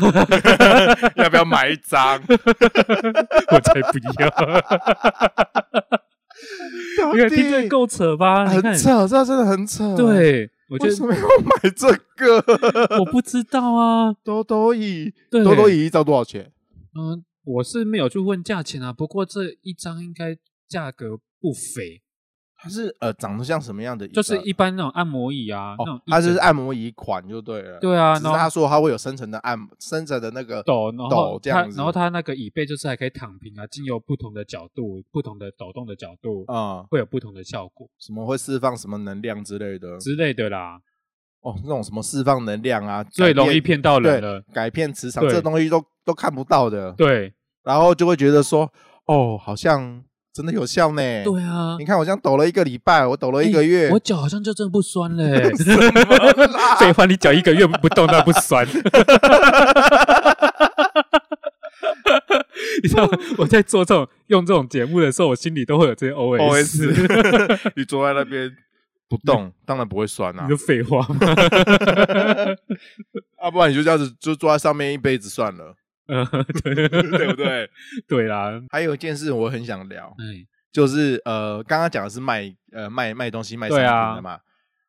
A: 要不要买一张？
B: 我才不要！因为听这够扯吧？你看
A: 很，扯，这真的很扯。，
B: 对我觉
A: 为什
B: 得
A: 么要买这个？
B: 我不知道啊。
A: [LAUGHS] 多多椅，
B: 对，
A: 多多椅一张多少钱？
B: 嗯，我是没有去问价钱啊，不过这一张应该价格不菲，
A: 它是呃，长得像什么样的椅子
B: 就
A: 啊？
B: 是一般那种按摩椅啊，那
A: 哦
B: 种，一
A: 它就是
B: 整
A: 按摩椅款就对了。
B: 对啊，
A: 只是
B: 然后
A: 他说他会有深层的按深层的那个
B: 抖，然后
A: 抖这样
B: 它
A: 子，
B: 然后它那个椅背就是还可以躺平啊，经由不同的角度、不同的抖动的角度，
A: 啊、嗯
B: 会有不同的效果
A: 什么会释放什么能量之类的
B: 之类的啦，
A: 哦，那种什么释放能量啊，
B: 最
A: 改变
B: 容易骗到
A: 对
B: 人了。
A: 改变磁场
B: 对
A: 这东西都都看不到的，
B: 对
A: 然后就会觉得说，哦，好像真的有效呢。
B: 对啊哎
A: 你，看我这样抖了一个礼拜，我抖了一个月，
B: 我脚好像就真的不酸了欸。
A: 么啦
B: [LAUGHS] 废话，你脚一个月不动，那不酸。 [LAUGHS] 你知道我在做这种用这种节目的时候，我心里都会有这
A: [LAUGHS]
B: 些 OS。
A: OS，你坐在那边不动，当然不会酸啊 [LAUGHS]
B: 你就。废话嘛。
A: 啊要、不然你就这样子就坐在上面一辈子算
B: [LAUGHS]
A: 了，
B: 呃对
A: 对不对？
B: [LAUGHS]
A: [LAUGHS]
B: 对啦，
A: 还有一件事我很想聊，
B: 哎，
A: 就是呃，刚刚讲的是卖呃卖卖东西卖商
B: 对
A: 品
B: 啊
A: 的嘛，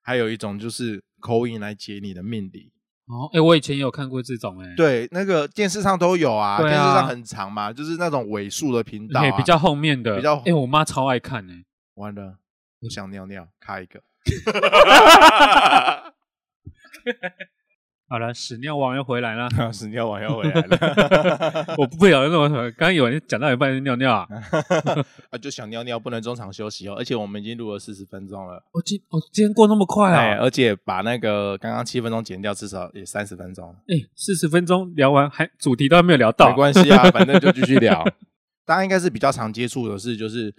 A: 还有一种就是口音来解你的命理。
B: 哦，哎，我以前也有看过这种，哎，
A: 对，那个电视上都有啊，
B: 对啊
A: 电视上很长嘛，就是那种尾数的频道、
B: 哎，
A: 啊，
B: 比较后面的，
A: 比较
B: 哎，我妈超爱看，哎，
A: 完了，
B: 嗯
A: 我想尿尿，开一
B: [LAUGHS]
A: 个。
B: 好了，屎尿王又回来了。
A: 屎尿王要回来了， [LAUGHS]
B: 我不晓得那种，刚刚有人讲到一半就尿尿啊！
A: 啊，就想尿尿，不能中场休息哦。而且我们已经录了四十分钟了，
B: 我今我今天过那么快
A: 哎，
B: 啊！
A: 而且把那个刚刚七分钟剪掉，至少也三十分钟，
B: 哎，四十分钟聊完，还主题都还没有聊到，
A: 没关系啊，反正就继续
B: [LAUGHS]
A: 聊。大家应该是比较常接触的是，就是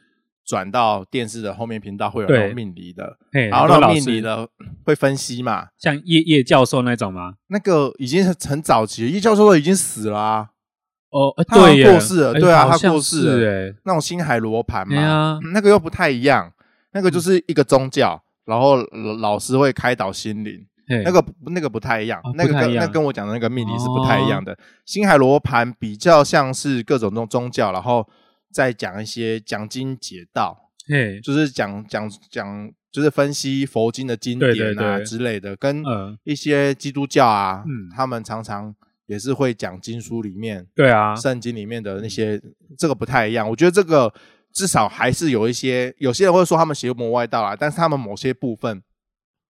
A: 转到电视的后面频道会有那
B: 对
A: 种命理的，
B: [LAUGHS] 嘿。
A: 然后
B: 很多
A: 那
B: 老
A: 种命理
B: 师
A: 的会分析嘛，
B: 像叶叶教授那种吗？
A: 那个已经是很早期了，叶教授都已经死了、啊，
B: 哦，哎
A: 他好像
B: 对耶，
A: 过世了
B: 哎
A: 对啊
B: 好
A: 他
B: 像
A: 过世了嗯
B: 是
A: 那种星海罗盘嘛、
B: 哎，哎呀，
A: 那个又不太一样，那
B: 嗯
A: 个就是一个宗教，然后老老师会开导心灵，
B: 那
A: 那个不那个不太一样，
B: 哦
A: 那个
B: 不太一
A: 跟
B: 样哦
A: 那跟我讲的那个命理是不太一样的。星海罗盘比较像是各种宗宗教，然后再讲一些讲经解道，
B: 嘿，
A: 就是讲讲讲，就是分析佛经的经典啊
B: 对对对
A: 之类的，跟
B: 嗯
A: 一些基督教啊，
B: 嗯
A: 他们常常也是会讲经书里面
B: 对啊，
A: 圣经里面的那些，这个不太一样。我觉得这个至少还是有一些，有些人会说他们邪魔外道啊，但是他们某些部分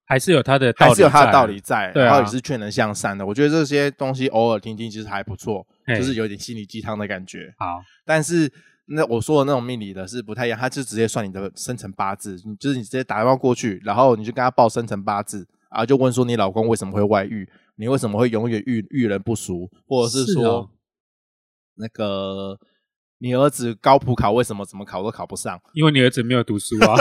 B: 还是有他的道理，
A: 还是有他的道理，在，
B: 对啊
A: 然后也是劝人向善的。我觉得这些东西偶尔听听其实还不错，
B: 嘿
A: 就是有点心理鸡汤的感觉。
B: 好，
A: 但是那我说的那种命理的是不太一样，他就直接算你的生辰八字，你就是你直接打电话过去，然后你就跟他报生辰八字啊，就问说你老公为什么会外遇，你为什么会永远遇遇人不淑，或者是
B: 是
A: 说
B: 哦
A: 那个你儿子高普考为什么怎么考都考不
B: [LAUGHS]
A: 上，
B: 因为你儿子没有读书啊，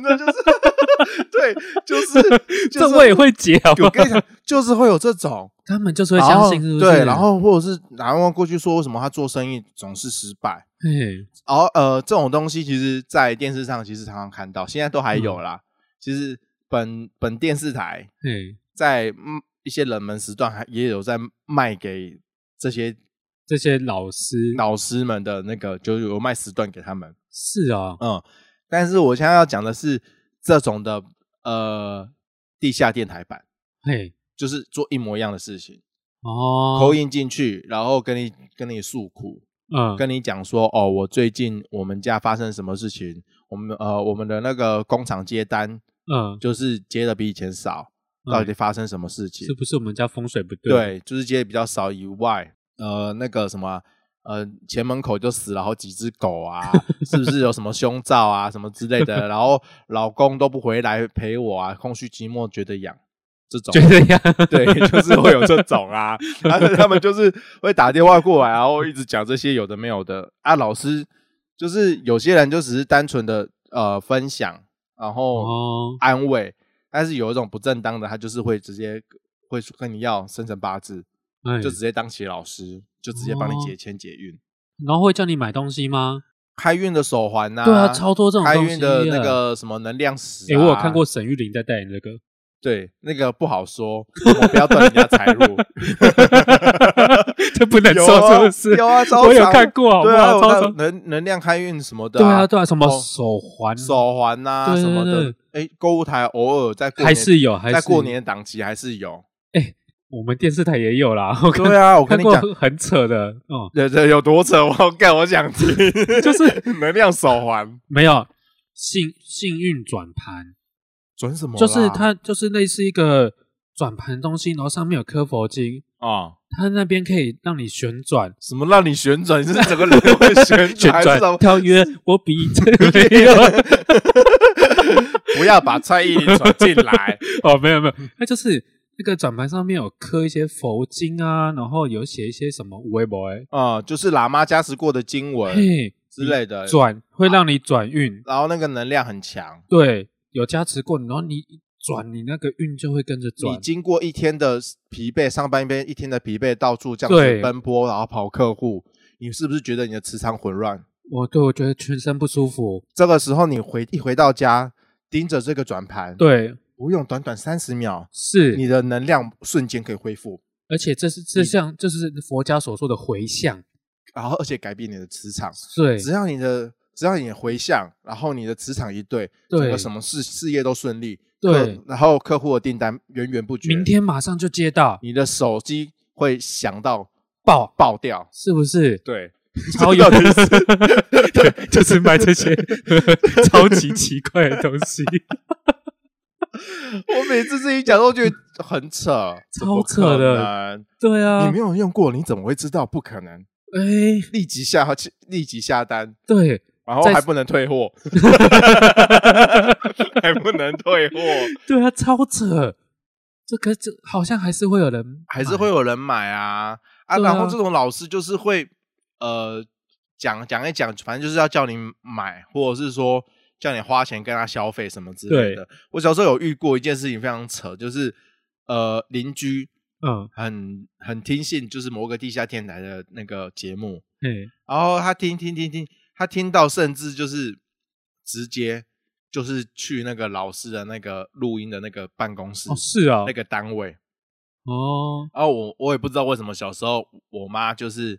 A: 那就是 [LAUGHS] 对，
B: [LAUGHS]
A: 就是 [LAUGHS] 就
B: 这
A: 是
B: 我也会解好不
A: 我
B: 好？
A: 跟你讲，就是会有这种。
B: 他们就是会
A: 然
B: 相
A: 后
B: 信，是不是？
A: 对，然后或者是然后过去说为什么他做生意总是失败，
B: 嘿，
A: 然后呃这种东西其实，在电视上其实常常看到，现在都还有啦。其实本本电视台
B: 嘿，
A: 在嗯一些冷门时段还也有在卖给这些
B: 这些老师
A: 老师们的那个，就是有卖时段给他们。
B: 是啊，
A: 嗯，但是我现在要讲的是这种的呃地下电台版，
B: 嘿，
A: 就是做一模一样的事情，
B: 哦，
A: 口音进去，然后跟你跟你诉苦。
B: 嗯，
A: 跟你讲说，哦，我最近我们家发生什么事情，我们呃我们的那个工厂接单
B: 嗯，
A: 就是接的比以前少，
B: 嗯
A: 到底发生什么事情
B: 是？不是我们家风水不对？
A: 对，就是接的比较少以外，呃，那个什么啊。呃，前门口就死了好几只狗啊，是不是有什么凶兆啊，什么之类
B: [LAUGHS]
A: 的？然后老公都不回来陪我啊，空虚寂寞觉得痒，这种
B: [LAUGHS] 觉得呀，
A: [LAUGHS] 对，就是会有这种 [LAUGHS] 啊，然后他们就是会打电话过来，然后一直讲这些有的没有的啊。老师就是有些人就只是单纯的呃分享，然后
B: 哦，
A: 安慰，但是有一种不正当的，他就是会直接会说跟你要生辰八字，
B: 哎
A: 就直接当起老师，就直接
B: 哦
A: 帮你解签解运，
B: 然后会叫你买东西吗？
A: 开运的手环呐、
B: 对啊，超多这种
A: 开
B: 东
A: 运
B: 西
A: 的那
B: 耶。
A: 个什么能量石、
B: 哎，
A: 啊，
B: 我有看过沈玉玲在代言这个，
A: 对，那个不好说，我不要断人家财路。
B: [LAUGHS] 这不能
A: 有
B: 说是
A: 啊
B: 不是？
A: 有啊，超
B: [LAUGHS] 我有
A: 长
B: 看过好不
A: 对啊，
B: 好
A: 有
B: 超
A: 看
B: 长
A: 能能量开运什么的、
B: 对啊，对啊，什么
A: 哦
B: 手环、
A: 手环呐、
B: 对
A: 什么
B: 对
A: 的
B: 对，
A: 哎，购物台偶尔在过年
B: 还是有，还是
A: 在过年档期还是有。
B: 我们电视台也有啦。我看
A: 对啊，我跟
B: 看
A: 你
B: 过
A: 讲，
B: 很扯的哦，
A: 对对，有多扯，我干，我想听，
B: 就是
A: [LAUGHS] 能量手环
B: 没有幸幸运转盘，
A: 准什么啦？
B: 就是它就是类似一个转盘的东西，然后上面有颗佛经，
A: 啊、
B: 它那边可以让你旋转。
A: 什么让你旋转？是整个人会旋转，还是什么？
B: 跳跃，我比这没有
A: 不要把蔡依林扯进来。
B: [LAUGHS] 哦，没有没有，它就是那个转盘上面有刻一些佛经啊，然后有写一些什么微博哎，
A: 啊、就是喇嘛加持过的经文
B: 嘿，
A: 之类的，
B: 转会让你转运，
A: 然后那个能量很强。
B: 对，有加持过你，然后你一转你那个运就会跟着
A: 你
B: 转，
A: 经过一天的疲惫，上半边一天的疲惫，到处这样子
B: 对
A: 奔波，然后跑客户，你是不是觉得你的磁场混乱？
B: 我对我觉得全身不舒服，
A: 这个时候你回一回到家，盯着这个转盘，，
B: 对，
A: 不用短短三十秒，
B: 是
A: 你的能量瞬间可以恢复，
B: 而且这是这像这是佛家所说的回向，
A: 然后而且改变你的磁场，
B: 对，
A: 只要你的。只要你的回向，然后你的磁场一对，
B: 对
A: 整个什么事事业都顺利，
B: 对
A: 客，然后客户的订单源源不绝，
B: 明天马上就接到，
A: 你的手机会响到
B: 爆，
A: 爆掉，
B: 是不是？
A: [LAUGHS] 对，
B: 超有
A: 到底是 [LAUGHS]
B: 对，就是卖这些 [LAUGHS] 超级奇怪的东
A: [LAUGHS]
B: 西，
A: 我每次自己讲都觉得很扯，怎么
B: 超扯的
A: 可能。
B: 对啊
A: 你没，有用过，你怎么会知道？不可能，
B: 哎，
A: 立即下立即下单，
B: 对，
A: 然后
B: 在
A: 还不能退
B: [LAUGHS]
A: 货，还不能退货，
B: 对啊，超扯！这个这好像还是会有人，
A: 还是会有人买啊啊！
B: 对啊
A: 然后这种老师就是会呃讲讲一讲，反正就是要叫你买，或者是说叫你花钱跟他消费什么之类的。我小时候有遇过一件事情非常扯，就是呃邻居
B: 嗯，
A: 很很听信就是某个地下电台的那个节目，
B: 嘿，
A: 然后他听听听听，他听到甚至就是直接就是去那个老师的那个录音的那个办公室、
B: 哦，是啊
A: 那，个单位。
B: 哦，
A: 然后啊我我也不知道为什么小时候我妈就是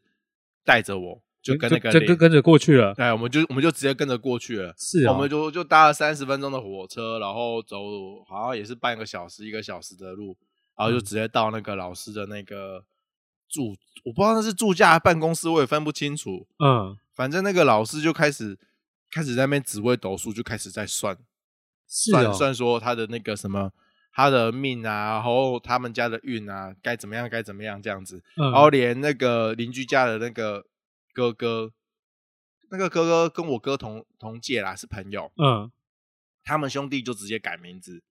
A: 带着我就跟那个
B: 嗯跟
A: 邻
B: 跟跟着过去了，
A: 对，我们就我们就直接跟着过去了。
B: 是啊，
A: 我们就就搭了三十分钟的火车，然后走好像也是半个小时、一个小时的路，然后
B: 嗯
A: 就直接到那个老师的那个住，我不知道那是住家还是办公室，我也分不清楚。
B: 嗯，
A: 反正那个老师就开始开始在那边紫微斗数，就开始在算
B: 是
A: 算
B: 啊，
A: 算说他的那个什么他的命啊，然后他们家的运啊，该怎么样该怎么样这样子，
B: 嗯
A: 然后连那个邻居家的那个哥哥，那个哥哥跟我哥同同届啦，是朋友，
B: 嗯，
A: 他们兄弟就直接改名字，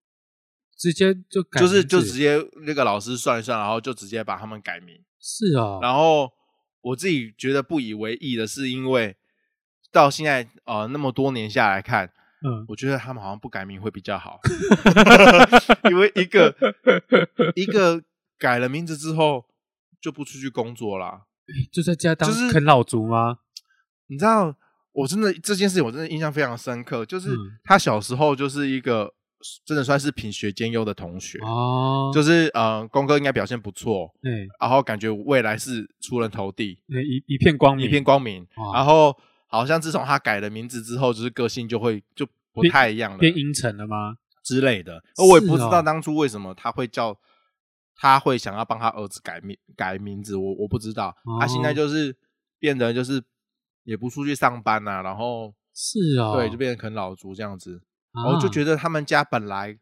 B: 直接就改
A: 就是
B: 名
A: 就
B: 字
A: 直接那个老师算一算，然后就直接把他们改名。
B: 是啊，
A: 然后我自己觉得不以为意的是，因为到现在呃那么多年下来看，
B: 嗯，
A: 我觉得他们好像不改名会比较
B: [LAUGHS]
A: 好，因为一个一个改了名字之后就不出去工作啦。
B: 就在家当
A: 就是
B: 啃老族吗？
A: 你知道，我真的这件事情我真的印象非常深刻，就是
B: 嗯
A: 他小时候就是一个真的算是品学兼优的同学。
B: 哦，
A: 就是呃，功课应该表现不错，
B: 哎
A: 然后感觉未来是出人头地，
B: 哎一一片光明，
A: 一片光明。
B: 哇
A: 然后好像自从他改了名字之后，就是个性就会就不太一样了
B: 变阴沉了吗？
A: 之类的。
B: 是
A: 而我也不知道
B: 哦
A: 当初为什么他会叫，他会想要帮他儿子改名改名字，我我不知道。他现在
B: 哦
A: 就是变得就是也不出去上班啊，然后
B: 是啊，
A: 对就变成啃老族这样子。
B: 啊，
A: 然后就觉得他们家本来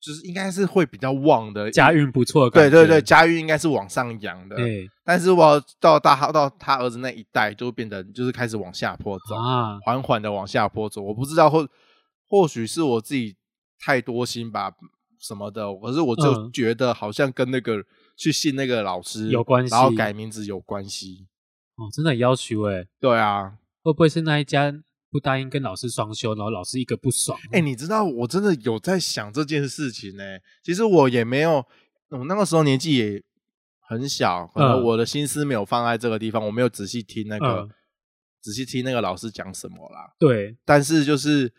A: 就是应该是会比较旺的
B: 家运不错的
A: 对
B: 感觉，
A: 对对，家运应该是往上扬的，
B: 哎
A: 但是我到大他到他儿子那一代，就变得就是开始往下坡走，
B: 啊，
A: 缓缓的往下坡走。我不知道或或许是我自己太多心吧，什么的。可是我就
B: 嗯
A: 觉得好像跟那个、去信那个老师
B: 有关系
A: 然后改名字有关系。
B: 哦，真的很要求哎，
A: 对啊，
B: 会不会是那一家不答应跟老师双休，然后老师一个不爽？
A: 哎、你知道我真的有在想这件事情呢、其实我也没有，我那个时候年纪也很小，可能
B: 嗯
A: 我的心思没有放在这个地方，我没有仔细听那个、
B: 嗯
A: 仔细听那个老师讲什么啦。
B: 对，
A: 但是就是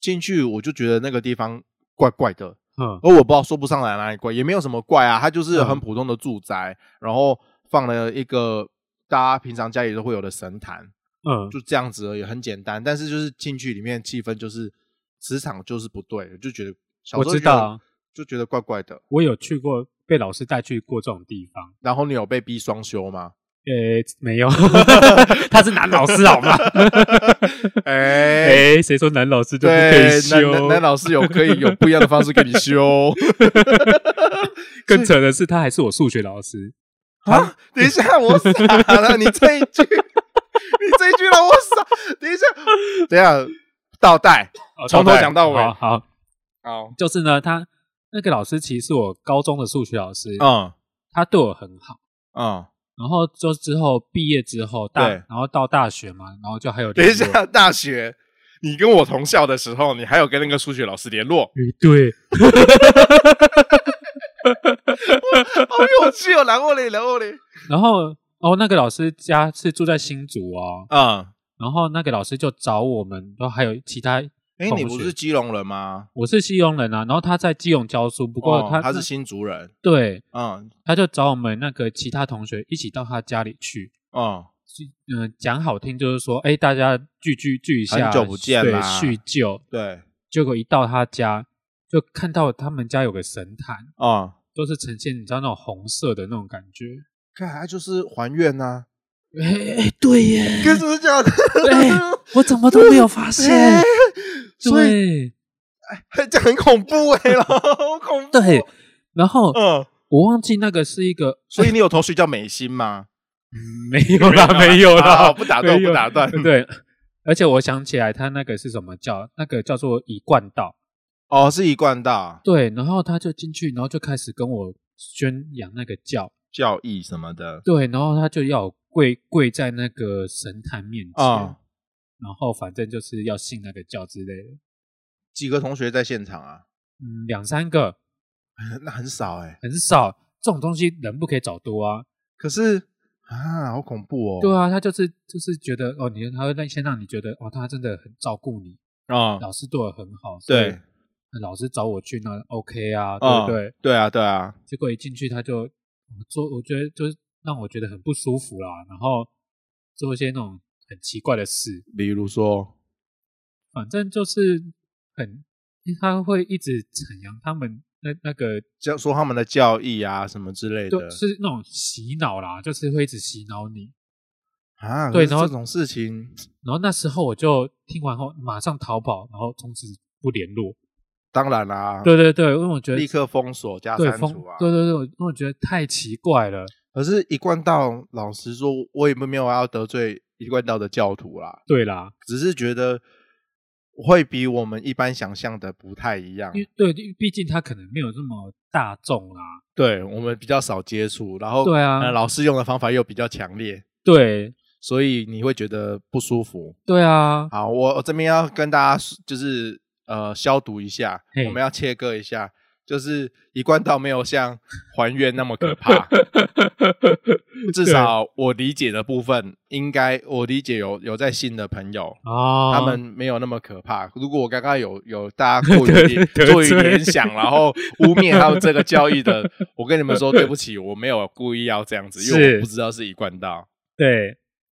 A: 进去，我就觉得那个地方怪怪的，
B: 嗯
A: 而我不知道说不上来哪里怪，也没有什么怪啊，它就是很
B: 嗯
A: 普通的住宅，然后放了一个大家平常家里都会有的神坛，
B: 嗯，
A: 就这样子而已，很简单。但是就是进去里面气氛就是磁场就是不对，就觉得小时候
B: 我知
A: 就觉得
B: 道
A: 就觉得怪怪的。
B: 我有去过，被老师带去过这种地方。
A: 然后你有被逼双休
B: [LAUGHS]
A: 吗？
B: 诶，没 [LAUGHS] 有，他是男老师好 [LAUGHS] 吗？
A: [LAUGHS] 哎、
B: 诶，谁说男老师就不可以
A: 对，男男
B: 休？
A: 男老师有可以有不一样的方式给你
B: [LAUGHS]
A: 休
B: 更扯的是，他还是我数学老师。
A: 啊！ [LAUGHS] 等一下，我傻了，你这一句， [LAUGHS] 你这一句让我傻。等一下，等一下，倒带，
B: 哦
A: 从头讲到尾
B: 好好，
A: 好，
B: 就是呢，他那个老师其实是我高中的数学老师，
A: 嗯
B: 他对我很好。
A: 嗯，
B: 然后就之后毕业之后大，
A: 对
B: 然后到大学嘛，然后就还有
A: 等一
B: 联络，，
A: 下，大学你跟我同校的时候，你还有跟那个数学老师联络
B: 诶对，
A: 好有趣哦！然后嘞，然后嘞，
B: 然后哦那个老师家是住在新竹哦，
A: 嗯，
B: 然后那个老师就找我们，然后还有其他，
A: 哎，你不是基隆人吗？
B: 我是基隆人啊，然后他在基隆教书，不过
A: 哦
B: 他、
A: 他是新竹人，
B: 对，
A: 嗯
B: 他就找我们那个其他同学一起到他家里去，
A: 嗯，
B: 嗯、讲好听就是说，哎，大家聚聚聚一下，
A: 很久不见
B: 对，
A: 啦
B: 叙旧。
A: 对，
B: 结果一到他家，就看到他们家有个神坛，
A: 嗯，
B: 都是呈现你知道那种红色的那种感觉。
A: 看他就是还愿啊呐，
B: 哎，对耶，
A: 跟什么讲？
B: 我怎么都没有发 [LAUGHS] 现
A: 哎。所以
B: 对
A: 哎这很恐怖
B: [LAUGHS]
A: 哎，好恐怖。
B: 对，然后
A: 嗯，
B: 我忘记那个是一个，
A: 所以你有同学叫美心吗？
B: 嗯没有啦，没有
A: 好
B: 啦
A: 啊好，不打断
B: 没有
A: 不打断
B: 对，而且我想起来，他那个是什么叫？那个叫做一贯道。
A: 哦，是一贯道
B: 对，然后他就进去，然后就开始跟我宣扬那个教。
A: 教义什么的
B: 对，然后他就要我跪跪在那个神坛面前，
A: 啊。
B: 然后反正就是要信那个教之类的。
A: 几个同学在现场啊， [LAUGHS]
B: 嗯，两三个
A: 那很少哎。
B: 很少，这种东西人不可以找多啊。
A: 可是啊，好恐怖哦。
B: 对啊，他就是就是觉得哦，你他会让先让你觉得哦，他真的很照顾你，
A: 啊，
B: 老师对我很好，所以
A: 对，
B: 老师找我去那 OK 啊，对
A: 啊
B: 不对？
A: 对啊，对啊，
B: 结果一进去他就我做，我觉得就是让我觉得很不舒服啦，然后做一些那种很奇怪的事，
A: 比如说，
B: 反正就是很，因为他会一直阐扬他们那那个
A: 教说他们的教义啊什么之类的
B: 就是那种洗脑啦，就是会一直洗脑你。
A: 啊。
B: 对
A: 可是
B: 然后
A: 这种事情，
B: 然后那时候我就听完后马上逃跑，然后从此不联络。
A: 当然啦，
B: 对对对，因为我觉得
A: 啊立刻封锁加
B: 对
A: 删
B: 封
A: 除啊。
B: 对对对，我因为我觉得太奇怪了。
A: 可是，一贯道老实说，我也没有要得罪一贯道的教徒啦，
B: 对啦，
A: 只是觉得会比我们一般想象的不太一样
B: 因。为对，因为毕竟他可能没有那么大众啦。
A: 对我们比较少接触，然后
B: 对啊
A: 呃老师用的方法又比较强烈，
B: 对
A: 所以你会觉得不舒服。[LAUGHS]
B: 对啊，
A: 好，我我这边要跟大家说就是呃消毒一下
B: 嘿，
A: 我们要切割一下，就是一贯道没有像还原那么可
B: [LAUGHS]
A: 怕，至少我理解的部分，应该我理解有有在信的朋友。
B: 啊，
A: 他们没有那么可怕。如果我刚刚有有大
B: [LAUGHS]
A: 家过于联
B: 得
A: 过于
B: 罪
A: 联想，然后污蔑他们这个交易
B: [LAUGHS]
A: 的，我跟你们说对不起，我没有故意要这样子，因为
B: 是
A: 我不知道是一贯道。
B: 对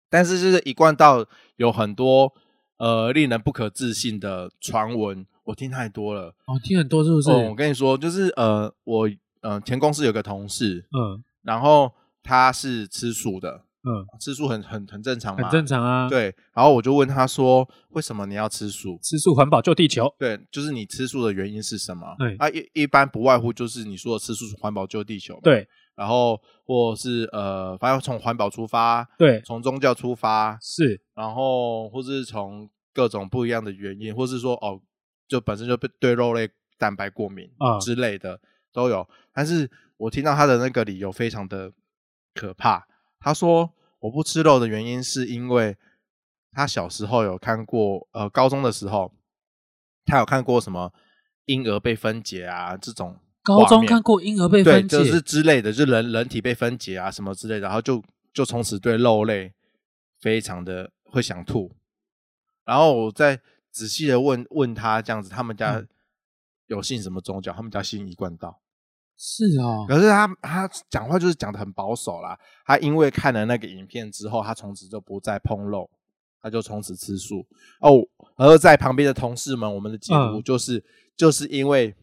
A: 但是就是一贯道有很多呃令人不可置信的传闻，我听太多了。
B: 哦，听很多是不是？
A: 哦，我跟你说，就是呃，我呃前公司有个同事，
B: 嗯
A: 然后他是吃素的，
B: 嗯，
A: 吃素很很很正常嘛，
B: 很正、常啊。，
A: 对，然后我就问他说，为什么你要吃素？
B: 吃素环保救地球。
A: 对，就是你吃素的原因是什么？
B: 对
A: 啊，一一般不外乎就是你说的吃素环保救地球嘛，
B: 对
A: 然后或是呃，反正从环保出发，
B: 对
A: 从宗教出发，
B: 是，
A: 然后或是从各种不一样的原因，或是说哦，就本身就被对肉类蛋白过敏
B: 啊
A: 之类的、都有。但是我听到他的那个理由非常的可怕，他说我不吃肉的原因是因为他小时候有看过，呃，高中的时候他有看过什么婴儿被分解啊这种画面。
B: 高中看过婴儿被
A: 对，
B: 分解，
A: 就是之类的，就人人体被分解啊什么之类的，然后就就从此对肉类非常的会想吐。然后我再仔细的问问他这样子，他们家
B: 嗯
A: 有信什么宗教？他们家信一贯道。
B: 是哦，
A: 可是他他讲话就是讲的很保守啦。他因为看了那个影片之后，他从此就不再碰肉，他就从此吃素。哦，而在旁边的同事们，我们的解读
B: 嗯
A: 就是、就是因为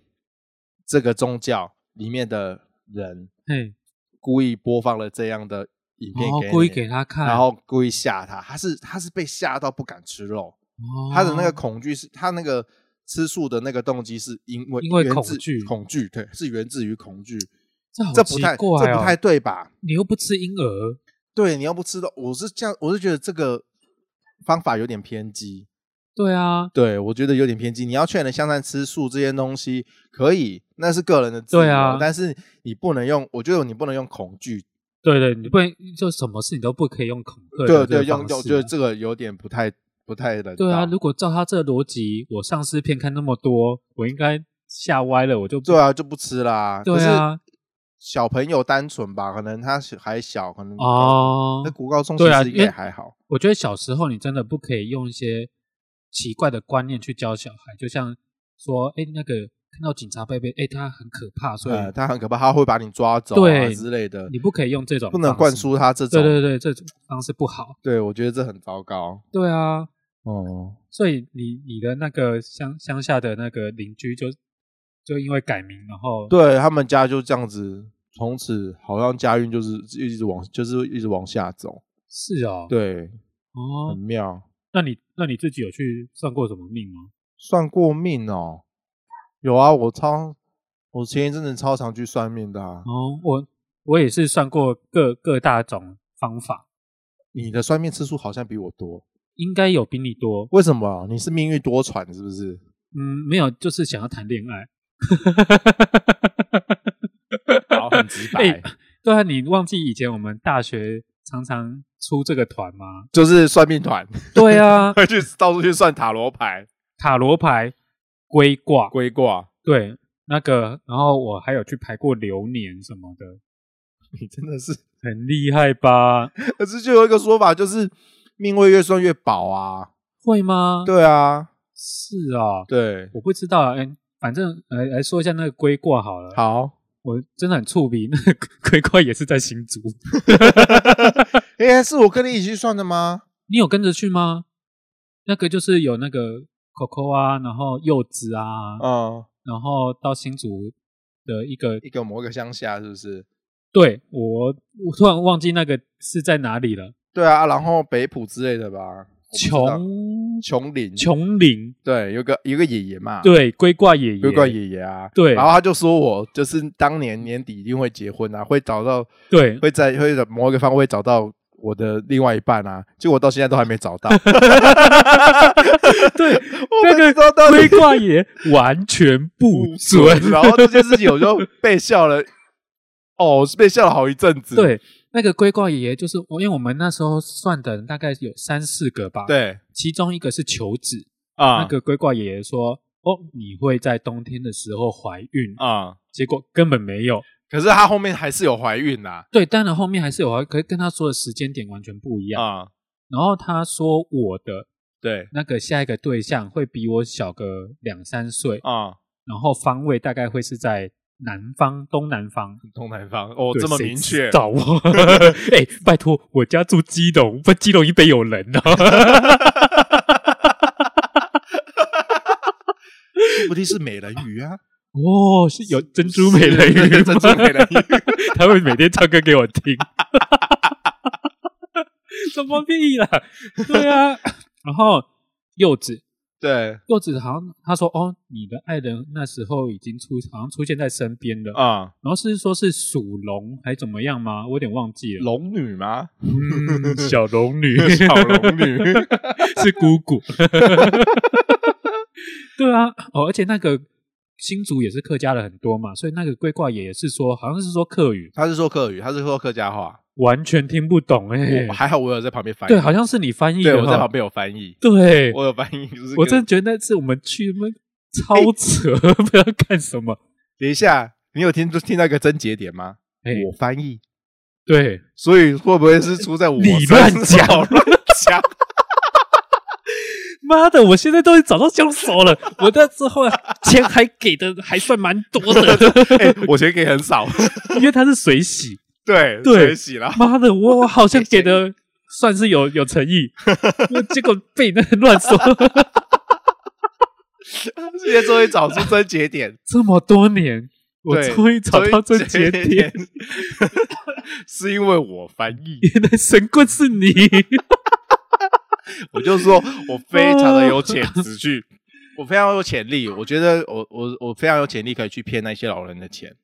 A: 这个宗教里面的人
B: 嘿，
A: 故意播放了这样的影片
B: 然后
A: 给你，
B: 哦故意给他看，
A: 然后故意吓他，他是他是被吓到不敢吃肉，
B: 哦
A: 他的那个恐惧是他那个吃素的那个动机是因为
B: 因为
A: 源
B: 恐
A: 自
B: 惧
A: 恐惧对，是源自于恐惧，
B: 这好
A: 这不
B: 奇
A: 太、
B: 怪
A: 这
B: 哦
A: 不太对吧？
B: 你又不吃婴儿，
A: 对，你要不吃肉，我是这样，我是觉得这个方法有点偏激，
B: 对啊，
A: 对，我觉得有点偏激。你要劝人向善吃素这些东西可以，那是个人的自由，
B: 对啊
A: 但是你不能用，我觉得你不能用恐惧，
B: 对对，你不能就什么事你都不可以用恐吓
A: 对
B: 的
A: 对，
B: 这个
A: 用
B: 方
A: 用，
B: 式
A: 就
B: 啊
A: 是这个有点不太不太人道。
B: 对啊，如果照他这个逻辑，我上司片看那么多，我应该吓歪了，我就
A: 对啊，就不吃啦。
B: 对
A: 可
B: 啊，
A: 是小朋友单纯吧，可能他小还小，可能
B: 哦
A: 那，国高中其
B: 对啊
A: 实
B: 因为
A: 也还好。
B: 我觉得小时候你真的不可以用一些奇怪的观念去教小孩，就像说，哎，那个看到警察贝贝，哎，他很可怕，所以
A: 呃，他很可怕，他会把你抓走啊
B: 对
A: 之类的，
B: 你不可以用这种
A: 不能
B: 方
A: 灌
B: 式
A: 输他这种。
B: 对对对，这种方式不好。
A: 对我觉得这很糟糕。
B: 对啊，
A: 哦，
B: 所以你你的那个乡乡下的那个邻居就就因为改名，然后
A: 对他们家就这样子，从此好像家运就是一直往，就是一直往下走。
B: 是哦，
A: 对，很
B: 哦，
A: 妙。
B: 那你那你自己有去算过什么命吗？
A: 算过命哦，有啊，我超，我前一阵子超常去算命的、啊。
B: 哦，我我也是算过各各大种方法，
A: 你的算命次数好像比我多，
B: 应该有比你多。
A: 为什么？啊你是命运多舛是不是？
B: 嗯，没有，就是想要谈恋爱。
A: 好，很直白，？
B: 哎对啊，你忘记以前我们大学常常出这个团吗
A: 就是算命团 [LAUGHS]
B: 对啊，
A: 会去到处去算塔罗牌、
B: 塔罗牌、龟卦，
A: 龟卦。
B: 对，那个，然后我还有去排过流年什么的，
A: [LAUGHS] 你真的是，
B: 很厉害吧？
A: 可是就有一个说法，就是命会越算越薄啊。
B: 会吗？，
A: 对啊，
B: 是啊、
A: 对，
B: 我不知道啊，哎，反正来来说一下那个龟卦好了。，
A: 好， [LAUGHS]
B: 我真的很触鼻，那个龟卦也是在新竹，
A: 哎、是我跟你一起去算的吗？
B: 你有跟着去吗？那个就是有那个 Coco 啊，然后柚子啊，
A: 嗯，
B: 然后到新竹的一个，
A: 一个某一个乡下是不是？
B: 对我我突然忘记那个是在哪里了，
A: 对啊，然后北浦之类的吧，
B: 琼
A: 琼林，
B: 琼林，
A: 对，有个有个爷爷嘛，，
B: 对，龟卦爷爷，
A: 有个爷爷啊，
B: 对
A: 然后他就说我就是当年年底一定会结婚啊，会找到，
B: 对，
A: 会在会在某一个方位找到我的另外一半啊，结果到现在都还没找到，
B: [LAUGHS]
A: [LAUGHS]
B: 对，
A: 那
B: 那个
A: 找到
B: 龟卦也完全不准。
A: 然哦后这件
B: [LAUGHS]
A: 事情我就被笑了，哦，被笑了好一阵子，
B: 对，那个龟卦爷爷就是我，因为我们那时候算的人大概有三四个吧，，
A: 对
B: 其中一个是求子，
A: 啊
B: 那个龟卦爷爷说，哦，你会在冬天的时候怀孕，
A: 啊，
B: 结果根本没有。
A: 可是她后面还是有怀孕啊呐，
B: 对，当然后面还是有怀，可是跟他说的时间点完全不一样。
A: 啊，
B: 然后他说我的
A: 对
B: 那个下一个对象会比我小个两三岁，
A: 啊，
B: 然后方位大概会是在南方东南方。
A: 东南方哦，
B: 对
A: 这么
B: 谁
A: 明
B: 知
A: 确，
B: 道 [LAUGHS] 啊！哎、拜托，我家住基隆，不，基隆以北有人啊。
A: 说不定是美人鱼
B: [LAUGHS]
A: 啊，
B: 哦，是有珍珠美人鱼吗，
A: 是珍珠美人
B: [LAUGHS]
A: 鱼，
B: 他会每天唱歌给我听。 [LAUGHS] 什么屁啦？对啊，然后柚子，
A: 对
B: 柚子好像他说哦，你的爱人那时候已经出，好像出现在身边了。
A: 啊，
B: 然后是说是属龙还怎么样吗？我有点忘记了。
A: 龙女吗？，
B: 嗯小龙女
A: [LAUGHS] 小龙 [LAUGHS] 女
B: [LAUGHS] 是姑姑。对啊，哦，而且那个新竹也是客家的很多嘛，所以那个龟卦也是说，好像是说客语，
A: 他是说客语，他是说客家话，
B: 完全听不懂哎、
A: 我还好我有在旁边翻译
B: 对，，好像是你翻译
A: 对
B: 的
A: 我在
B: 哈
A: 旁。边有翻译，
B: 对，
A: 我有翻译，就是
B: 我
A: 跟
B: 真的觉得那次我们去那超扯， [LAUGHS] 不知道干什么。
A: 等一下，你有听听到一个症结点吗？
B: 哎，
A: 我翻译，
B: 对，
A: 所以会不会是出在我
B: 你
A: 身上
B: 乱讲
A: 乱讲？
B: 妈的，我现在都已经找到凶手了。我那之后啊钱还给的还算蛮多的， [LAUGHS]
A: 哎我钱给很少，
B: 因为他是水洗。
A: 对
B: 对
A: 学习啦。
B: [LAUGHS] 妈的，我我好像给的算是有有诚意，结果被那个乱
A: [LAUGHS]
B: 说
A: 现在终于找出症结点，
B: 这么多年，我
A: 对
B: 终于找到这节
A: 终于
B: 点，
A: 结 [LAUGHS] 是因为我翻译，
B: 原来神棍是你。
A: 我就说我非常的有潜质去，我非常有潜力，我觉得我我我非常有潜力可以去骗那些老人的 [LAUGHS] 钱。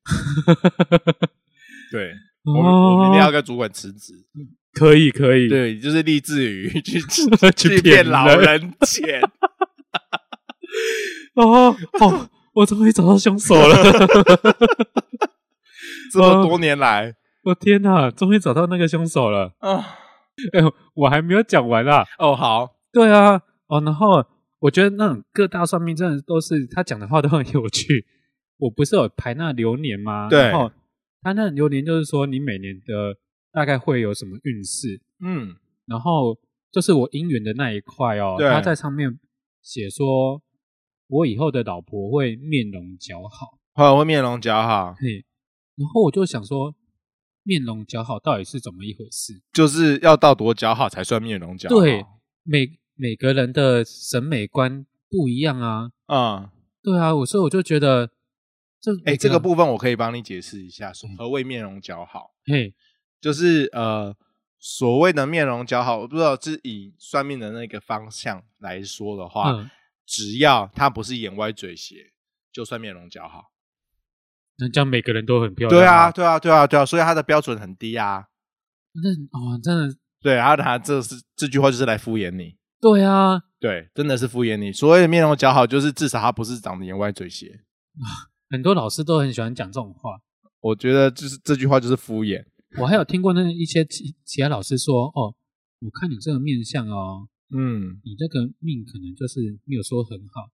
A: 对 [LAUGHS] 我，我明天要跟主管辞职。
B: 哦可以可以，
A: 嗯 [LAUGHS] 对，就是立志于去
B: [LAUGHS] 去
A: 骗
B: 骗
A: 老
B: 人
A: 人钱。
B: 哦哦，我终于找到凶手了！ [LAUGHS]
A: 这么多年来
B: 我天哪，终于找到那个凶手了！
A: 啊，
B: 哎、我还没有讲完啊。
A: 哦好，
B: 对啊，哦，然后我觉得那种各大算命真的都是他讲的话都很有趣。我不是有排那流年吗？
A: 对
B: 然后他那流年就是说你每年的大概会有什么运势，
A: 嗯，
B: 然后就是我姻缘的那一块哦，
A: 对
B: 他在上面写说我以后的老婆会面容姣好，
A: 好，我面容姣好，
B: 嘿，然后我就想说面容姣好到底是怎么一回事？
A: 就是要到多姣好才算面容姣好，
B: 对，每每个人的审美观不一样啊，
A: 嗯，
B: 对啊，我所以我就觉得这
A: 哎，这嗯个
B: 我觉得
A: 部分我可以帮你解释一下，说何谓面容姣好？
B: 嘿
A: 就是呃，所谓的面容姣好，我不知道是以算命的那个方向来说的话，
B: 嗯，
A: 只要他不是眼歪嘴斜，就算面容姣好。
B: 那这样每个人都很漂亮、
A: 对啊，，对啊，对啊，对啊，所以他的标准很低啊。
B: 那哦真的
A: 对，然后他这是这句话就是来敷衍你，
B: 对啊，
A: 对，真的是敷衍你。所谓的面容姣好，就是至少他不是长得眼歪嘴斜。
B: 很多老师都很喜欢讲这种话。
A: 我觉得就是这句话就是敷衍。
B: 我还有听过那一些其其他老师说，哦，我看你这个面相哦，
A: 嗯，
B: 你这个命可能就是没有说很好。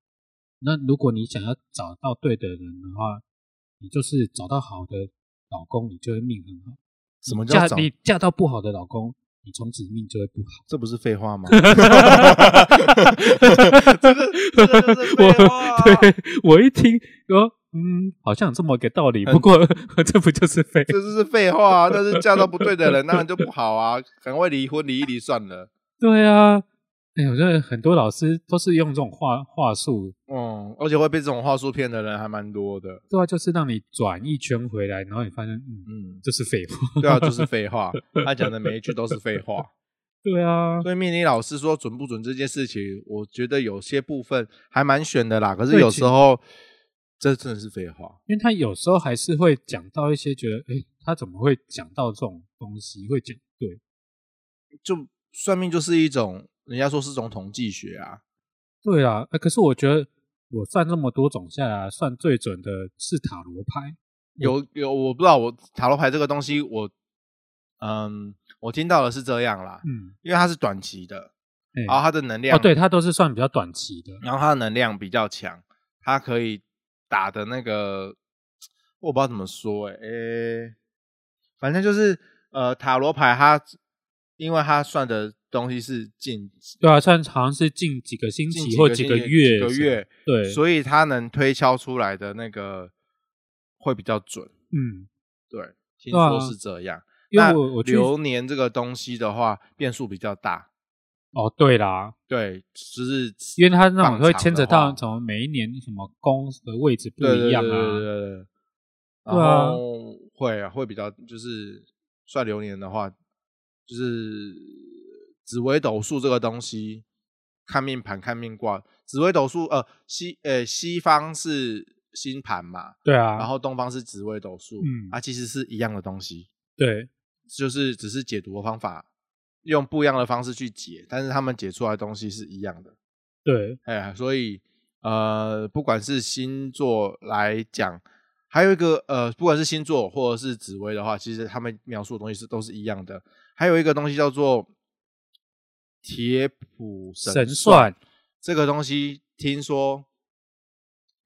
B: 那如果你想要找到对的人的话，你就是找到好的老公，你就会命很好。
A: 什么叫
B: 嫁
A: 长？
B: 你嫁到不好的老公，你从此命就会不好。
A: [LAUGHS] 这不是废
B: [LAUGHS]
A: 话吗？这个这个就是废话啊
B: 我 [LAUGHS] 对我一听，说嗯，好像有这么个道理。
A: 嗯
B: 不过 [LAUGHS] 这不就是废？
A: 这就是废话啊！但是嫁到不对的人，当然就不好啊，赶快离婚离一离算了。
B: 对啊，哎，我觉得很多老师都是用这种话话术，
A: 嗯，而且会被这种话术骗的人还蛮多的。
B: 对啊，就是让你转一圈回来，然后你发现，嗯，
A: 嗯，
B: 这是废话。
A: 对啊，就是废话，他讲的每一句都是废 [LAUGHS] 话。
B: [LAUGHS] 对啊，
A: 所以命理老师说准不准这件事情，我觉得有些部分还蛮选的啦。可是
B: 对
A: 有时候这真的是废话。
B: 因为他有时候还是会讲到一些觉得，哎，他怎么会讲到这种东西？会讲对，
A: 就算命就是一种，人家说是种统计学啊。
B: 对啊。呃可是我觉得我算这么多种下来，算最准的是塔罗牌。
A: 有有，我不知道我塔罗牌这个东西，我嗯，我听到的是这样啦，
B: 嗯，
A: 因为它是短期的，
B: 哎
A: 然后它的能量
B: 哦，对，，它都是算比较短期的。
A: 然后它的能量比较强，它可以打的那个，我不知道怎么说、欸，诶、反正就是呃，塔罗牌它因为它算的东西是近
B: 对啊，算好像是近几个星
A: 近
B: 期或
A: 几
B: 个
A: 星期几
B: 月，
A: 个月，
B: 对，
A: 所以它能推敲出来的那个会比较准，
B: 嗯，
A: 对，听
B: 对啊
A: 说是这样。
B: 因为
A: 那
B: 我我去
A: 流年这个东西的话，变数比较大，
B: 哦，对啦，
A: 对，就是
B: 因为它那种
A: 放
B: 会
A: 长
B: 牵扯
A: 的话
B: 到什么每一年什么宫的位置不
A: 对
B: 一样
A: 对对对
B: 啊，
A: 对对然
B: 对啊
A: 后会啊，会比较就是算流年的话，就是紫微斗数这个东西，看命盘、看命卦。紫微斗数，呃，西呃西方是星盘嘛，
B: 对啊，
A: 然后东方是紫微斗数，啊
B: 嗯
A: 它其实是一样的东西，
B: 对
A: 就是只是解读的方法用不一样的方式去解，但是他们解出来的东西是一样的。
B: 对，
A: 哎，所以呃，不管是星座来讲，还有一个呃，不管是星座或者是紫微的话，其实他们描述的东西是都是一样的。还有一个东西叫做铁谱
B: 神
A: 算，
B: 算，
A: 这个东西听说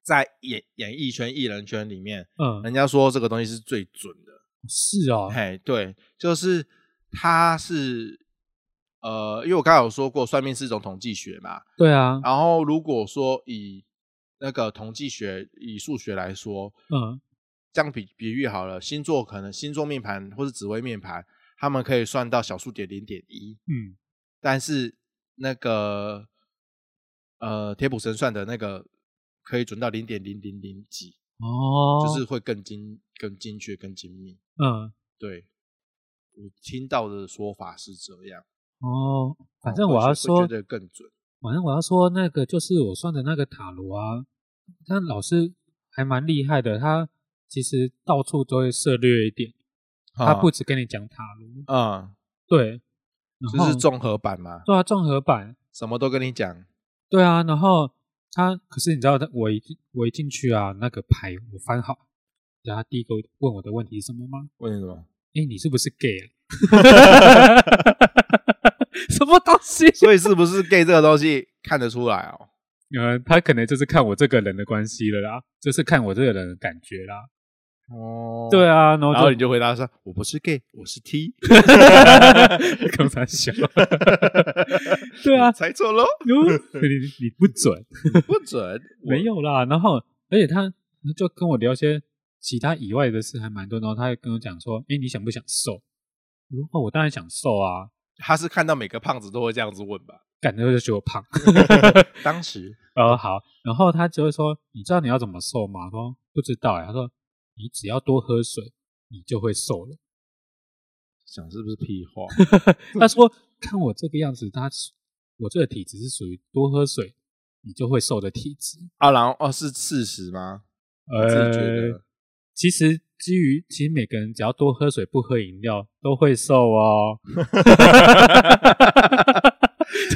A: 在演演艺圈、艺人圈里面，
B: 嗯，
A: 人家说这个东西是最准的。
B: 是哦，
A: 嘿，对，就是它是呃，因为我刚才有说过，算命是一种统计学嘛。
B: 对啊，
A: 然后如果说以那个统计学、以数学来说，
B: 嗯，
A: 这样比比喻好了，星座可能星座命盘或是紫微命盘，他们可以算到小数点零点一，
B: 嗯，
A: 但是那个呃铁普神算的那个可以准到零点零零零几，
B: 哦，
A: 就是会更精、更精确、更精密。
B: 嗯，
A: 对，我听到的说法是这样。
B: 哦，反
A: 哦
B: 正
A: 会
B: 我
A: 觉
B: 要
A: 会
B: 说
A: 觉，得更准。
B: 反正我要说那个就是我算的那个塔罗啊，那老师还蛮厉害的，他其实到处都会涉略一点，他不只跟你讲塔罗，
A: 嗯，
B: 对，然
A: 就
B: 后
A: 是综合版嘛，
B: 对啊，综合版，
A: 什么都跟你讲。
B: 对啊，然后他可是你知道，他我一进我一进去啊，那个牌我翻好，然后他第一个问我的问题是什么吗？
A: 为什么？
B: 哎，你是不是 gay 啊？ [LAUGHS] 什么东西？
A: 所以是不是 gay 这个东西看得出来哦？
B: 呃，他可能就是看我这个人的关系了啦，就是看我这个人的感觉啦。
A: 哦
B: 对
A: 啊。
B: 啊，然后
A: 然
B: 就
A: 后你就回答说：“我不是 gay，我是 T。，
B: [LAUGHS] 刚才笑，对啊
A: 猜错喽，
B: 哟你你不准，
A: 不准。我
B: 没有啦。然后，而且他就跟我聊些其他以外的事，还蛮多。然后他还跟我讲说：“哎，你想不想瘦？”我说：“哦，我当然想瘦啊，
A: 他是看到每个胖子都会这样子问吧？
B: 感觉就觉得我胖。
A: 当时，”
B: 呃，好。然后他就会说：“你知道你要怎么瘦吗？”我说：“不知道、欸。”他说：“你只要多喝水，你就会瘦了。
A: 想是不是屁
B: [LAUGHS]
A: 话？”
B: [CLEARS THROAT] 他说：“看我这个样子，他我这个体质是属于多喝水你就会瘦的体质。”
A: 啊，然后哦，是事实吗？你自己觉得
B: 呃，其实基于其实每个人只要多喝水、不喝饮料都会瘦
A: [LAUGHS]
B: 哦。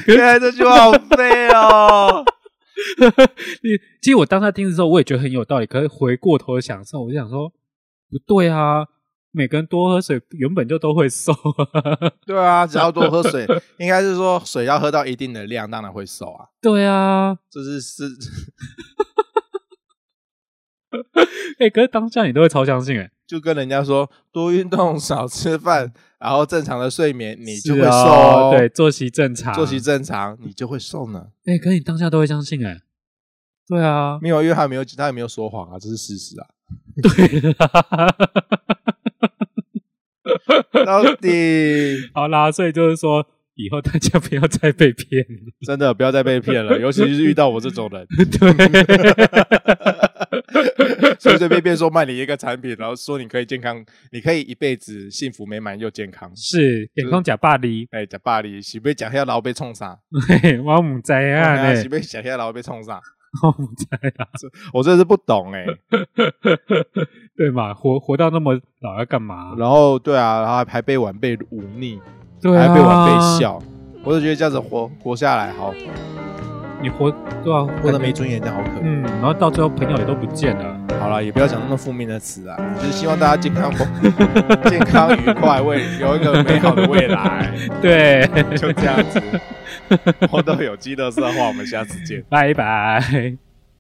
A: 原来啊这句话好废哦。
B: [LAUGHS] 你其实我当下听的时候，我也觉得很有道理。可是回过头想之后，我就想说，不对啊，每个人多喝水原本就都会瘦、啊。 [LAUGHS]
A: 对啊，只要多喝水，应该是说水要喝到一定的量，当然会瘦啊。
B: 对啊， [LAUGHS]
A: 这是是，
B: 哎、可是当下你都会超相信哎、
A: 就跟人家说多运动、少吃饭，然后正常的睡眠，你就是会瘦
B: 哦
A: 哦。
B: 对，作息正常，
A: 作息正常，你就会瘦呢。
B: 哎、可是你当下都会相信哎、对啊，
A: 没有，因为他没有，他也没有说谎啊，这是事实啊。
B: 对啦。
A: 到底
B: [LAUGHS] 好啦，所以就是说，以后大家不要再被骗了。
A: 真的不要再被骗
B: [LAUGHS]
A: 了，尤其是遇到我这种人，随随便便说卖你一个产品，然后说你可以健康，你可以一辈子幸福美满又健康。
B: [LAUGHS] 是眼光假霸凌，
A: 哎，假巴黎，是不是假黑老被冲杀？
B: 嘿嘿我母知
A: [LAUGHS]
B: 啊
A: 哎呀
B: 呢
A: 是，不是假黑老被冲杀？
B: 我母知啊，
A: 我真的是不懂哎、
B: 对嘛？活活到那么老要干嘛？
A: 然后对啊，然后还被晚辈忤逆，
B: 对啊，
A: 还被晚辈，笑，我就觉得这样子活活下来好，
C: [LAUGHS]
B: 你活对啊，
A: 活
B: 活
A: 得没尊严，这样好可怜。
B: 嗯，然后到最后朋友也都不见了。
A: 好了，也不要讲那么负面的词啊，就是希望大家健康、健康、愉快，未有一个美好的未来，
B: 对， [LAUGHS]
A: 就这样子。我都有机的色话，我们下次见。
B: 拜拜。